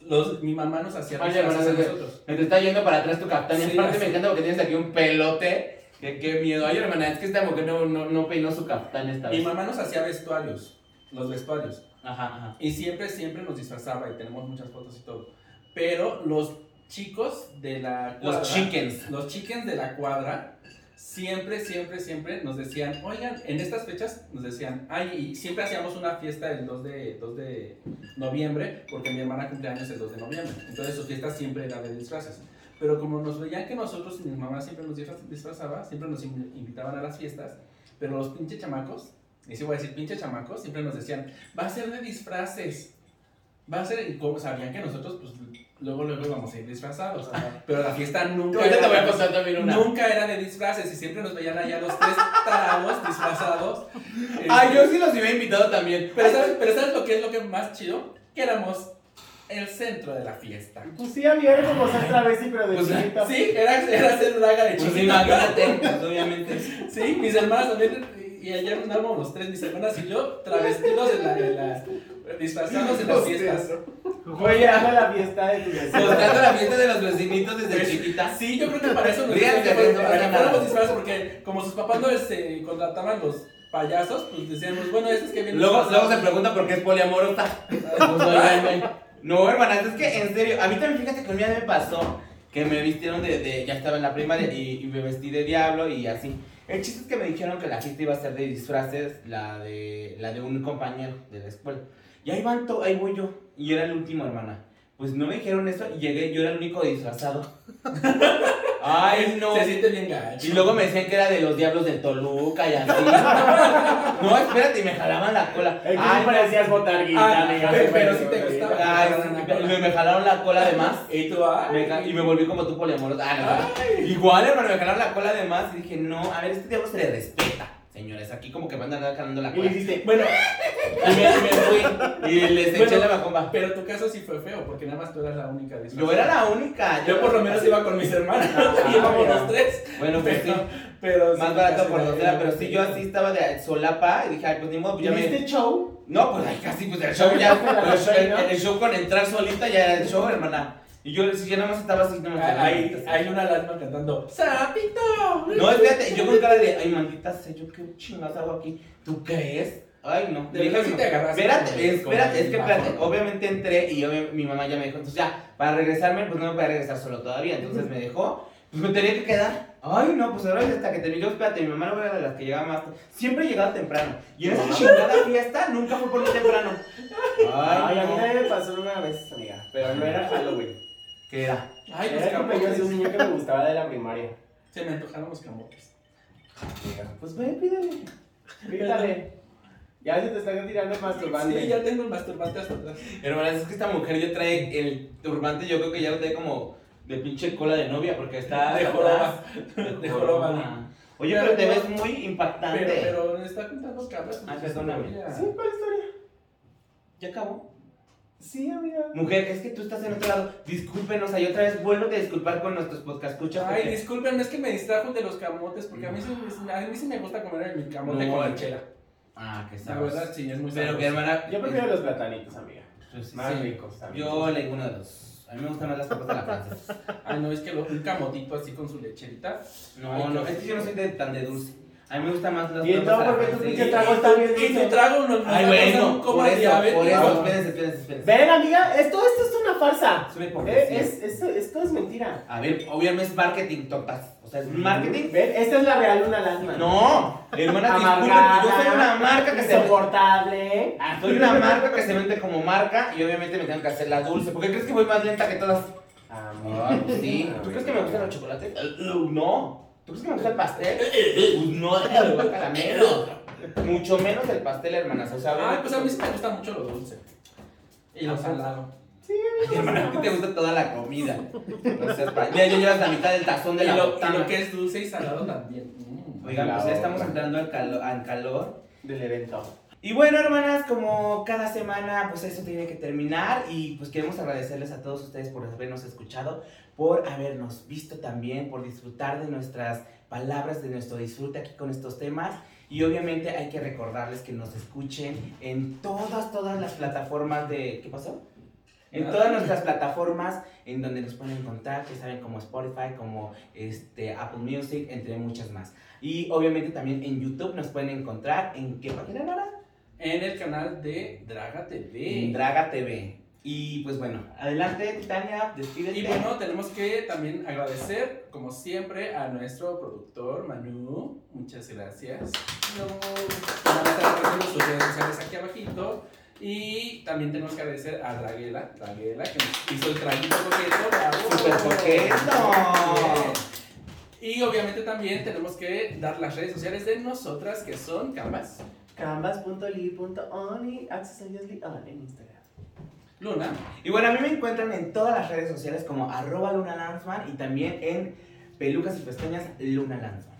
B: los, mi mamá nos hacía
A: Oye,
B: disfraces
A: bueno,
B: a
A: bueno.
B: nosotros.
A: Me te está yendo para atrás tu capitán. Y
B: Sí,
A: aparte
B: ya
A: me
B: sé.
A: encanta porque tienes aquí un pelote. Que qué miedo. Ay, hermana, es que esta mujer no, no, no peinó su capitán esta
B: Mi
A: vez.
B: mamá nos hacía vestuarios, los vestuarios.
A: Ajá, ajá.
B: Y siempre, siempre nos disfrazaba y tenemos muchas fotos y todo. Pero los chicos de la cuadra,
A: Los chickens.
B: los chickens de la cuadra, siempre, siempre, siempre nos decían, oigan, en estas fechas nos decían, ay, y siempre hacíamos una fiesta el 2 de, 2 de noviembre, porque mi hermana cumpleaños el 2 de noviembre. Entonces sus fiestas siempre eran de disfraces. Pero como nos veían que nosotros, mi mamá siempre nos disfraz- disfrazaba, siempre nos in- invitaban a las fiestas, pero los pinches chamacos, y sí voy a decir pinches chamacos, siempre nos decían, va a ser de disfraces. Va a ser, y como sabían que nosotros, pues luego, luego vamos a ir disfrazados. Pero la fiesta nunca.
A: Ahorita te
B: era-
A: voy a contar también una.
B: Nunca era de disfraces y siempre nos veían allá los tres tarados disfrazados.
A: Ay,
B: Este,
A: yo sí los había invitado también.
B: Pero ¿sabes, pero ¿sabes lo que es lo que más chido? Que éramos el centro de la fiesta.
E: Pues sí, había algo como ser travesti, pero de
A: Pues,
E: chiquita.
B: Sí, era, era ser draga de
A: Pues
B: chiquita.
A: imagínate, pues, obviamente.
B: Sí, mis hermanas también. Y ayer andábamos los tres, mis hermanas y yo, travestidos en la. en la- disfrazados en las fiestas.
E: Fue llegando a la fiesta de tu vecino.
A: Mostrando la fiesta de los vecinitos desde
B: Pues,
A: chiquita.
B: Sí, yo creo que para eso nos
A: Ríanse,
B: para que
A: no pasa
B: fuéramos
A: nada.
B: disfrazados, porque como sus papás no les eh, contrataban los payasos, pues decíamos, bueno, estos que vienen.
A: Luego, luego
B: disfrazados.
A: se pregunta por qué es poliamorosa. No, hermanas, es que en serio, a mí también fíjate que un día me pasó que me vistieron de, de- ya estaba en la primaria y, y me vestí de diablo y así. El chiste es que me dijeron que la fiesta iba a ser de disfraces, la de, la de un compañero de la escuela. Y ahí van to- ahí voy yo. Y yo era el último, hermana. Pues no me dijeron eso y llegué, yo era el único disfrazado. Ay, no.
B: Se siente bien gacho.
A: Y luego me decían que era de los diablos del Toluca y así. No, espérate, y me jalaban la cola.
E: Es que
A: Ay,
E: sí parecías botarguita,
B: Ah,
E: amiga.
B: pero-
E: sí,
B: pero
E: bueno,
B: sí te
E: bueno,
B: gustaba.
A: ay, me, me jalaron la cola además.
B: ¿Y tú, ah?
A: Me ca- y me volví como tú poliamoroso. Ah, no, Igual, hermano, me jalaron la cola de más y dije, no, a ver, este diablo se le respeta, señores. Aquí como que van a andar jalando la
E: Y le
A: cola. Y
E: hiciste,
B: Bueno,
A: me, me fui y les eché
B: Bueno.
A: la macumba.
B: pero tu caso sí fue feo, porque nada más tú eras la única
A: Yo
B: disfrazada.
A: era la única.
B: Yo por lo menos iba con mis hermanas,
E: Ah,
B: íbamos
E: ya.
B: los tres,
A: Bueno, pues sí.
B: pero, pero sí,
A: Más
B: tu
A: barato
B: caso
A: por
B: era-
A: docena, pero sí, yo así estaba de solapa y dije, ay, pues ni modo, pues ya me.
E: ¿viste show?
A: No, pues ay, casi, pues el show ya. pues, el, el show con entrar solita ya era el show, hermana. Y yo, si yo nada más estaba así, no me
B: Hay, hay una alarma cantando, ¡Sapito!
A: No, espérate, yo con cara de, ay, maldita sea, yo qué chingas hago aquí. ¿Tú crees? Ay, no.
B: De verdad sí te agarraste como-
A: Espérate, espérate,
B: como
A: es que
B: el
A: espérate.
B: bajón.
A: Obviamente entré y obvia- mi mamá ya me dijo, entonces ya, para regresarme, pues no me voy a regresar solo todavía. Entonces me dejó, pues me tenía que quedar. Ay, no, pues ahora es hasta que terminó. Espérate, mi mamá no era de las que llegaba más. Siempre llegaba temprano. Y en
B: Ah.
A: esa chingada fiesta nunca fue por lo temprano.
E: Ay,
A: Ay,
E: a mí
A: no.
E: también me pasó una vez, amiga. Pero no era Halloween.
A: pues ¿Qué era?
B: Ay, los
E: Era el cumpleaños de un
B: camotes.
E: niño que me gustaba de la primaria.
B: Se me antojaron los camotes.
E: Amiga, Pues ve, pídele. Grítale. Ya se te está tirando masturbante.
B: Sí, ya tengo el masturbante hasta atrás.
A: Hermanas, es que esta mujer ya trae el turbante, yo creo que ya lo trae como de pinche cola de novia, porque está
B: De joroba. De joroba, ¿no?
A: Oye, pero te ves muy impactante.
B: Pero, pero le está contando cabras.
A: Ah, perdóname.
E: Sí, ¿cuál historia?
A: Ya acabó.
E: Sí, amiga.
A: Mujer, es que tú estás en otro lado. Discúlpenos, ahí otra vez vuelvo a disculpar con nuestros podcast. Escucha,
B: Ay, discúlpenme, es que me distrajo de los camotes, porque a mí sí, a mí sí me gusta comer el camote
A: No,
B: con
A: ay,
B: lechera.
A: Ah, que
B: La
A: sabes.
B: verdad, sí, es muy
A: Pero que
B: sabroso.
A: hermana.
E: Yo prefiero los platanitos, amiga.
A: Pues, sí,
E: Más
A: sí.
E: ricos también.
A: Yo le uno de los. A mí me gustan más las papas de la francesa.
B: Ay, no, es que lo- un camotito así con su lecherita. Ay,
A: No,
B: qué
A: no, es que yo no soy de- tan de dulce. A mí me gustan más las papas
E: Y
A: de la
E: entonces, ¿por qué tu
A: francesa.
E: pinche trago está bien
B: Y tu
E: dulce?
B: trago no
A: Ay, bueno, por
B: como
A: eso,
B: diabetes.
A: por eso,
B: No.
A: espérense, espérense, espérense.
E: Ven, amiga, esto, esto es una farsa.
A: Es una
E: Eh,
A: hipocresía.
E: es, esto, esto es mentira.
A: A ver, obviamente es marketing, topas. O sea, es marketing.
E: Ven, esta es la real una lanza.
A: No, hermana, disculpen,
E: Amargada,
A: yo soy una marca que se
E: insoportable.
A: Ah, soy una marca que se vende como marca y obviamente me tengo que hacer la dulce. ¿Por qué crees que voy más lenta que todas? Ah, pues sí. ¿Tú crees que me gustan los chocolates? Eh, No. ¿Tú crees que me gusta el pastel? Pues no, el guacamelo. Mucho menos el pastel, hermanas. O sea,
B: Ay,
A: obviamente-
B: pues a mí sí me gusta mucho Ah, lo dulce. Y lo salado.
A: Ay, hermana, a ti te gusta toda la comida. O sea, pa- ya yo llevas la mitad del tazón de
B: Y
A: la
B: lo, y
A: botana.
B: lo que es dulce y salado también. Mm.
A: Oigan, pues ya
E: La
A: estamos
E: otra.
A: entrando al calo- al calor.
E: Del evento.
A: Y bueno, hermanas, como cada semana, pues eso tiene que terminar y pues queremos agradecerles a todos ustedes por habernos escuchado, por habernos visto también, por disfrutar de nuestras palabras, de nuestro disfrute aquí con estos temas. Y obviamente hay que recordarles que nos escuchen en todas, todas las plataformas de... ¿Qué pasó? En todas nuestras plataformas en donde nos pueden encontrar, que saben como Spotify, como este, Apple Music, entre muchas más. Y obviamente también en YouTube nos pueden encontrar en qué página Nara?
B: En el canal de Draga TV.
A: En Draga TV. Y pues bueno, adelante Titania, despídete.
B: Y bueno, tenemos que también agradecer, como siempre, a nuestro productor Manu. Muchas gracias. Van a estar apareciendo sus redes sociales aquí abajito. Y también tenemos que agradecer a Draguela, Draguela, que nos hizo el traguito coqueto. ¡Bravo!
A: Súper coqueto.
B: Bien. Y obviamente también tenemos que dar las redes sociales de nosotras, que son Canvas,
E: Canvas.ly.on y Accessoriously On en Instagram.
B: Luna,
A: Y bueno, a mí me encuentran en todas las redes sociales como arroba Luna Lanzman y también en pelucas y pestañas Luna Lanzman.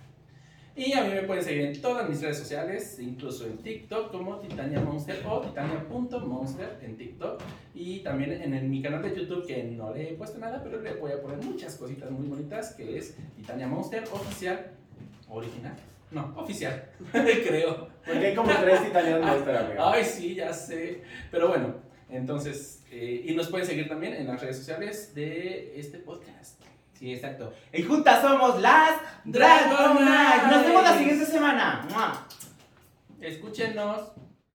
B: Y a mí me pueden seguir en todas mis redes sociales, incluso en TikTok como Titania Monster o titania.monster en TikTok. Y también en, el- mi canal de YouTube que no le he puesto nada, pero le voy a poner muchas cositas muy bonitas, que es Titania Monster oficial, original. No, oficial, creo.
E: Porque hay como tres titanes en Instagram, amiga.
B: Ay, sí, ya sé. Pero bueno, entonces, eh, y nos pueden seguir también en las redes sociales de este podcast.
A: Sí, exacto. Y juntas somos las Dragonite. Nos vemos la siguiente semana. ¡Mua!
B: Escúchenos.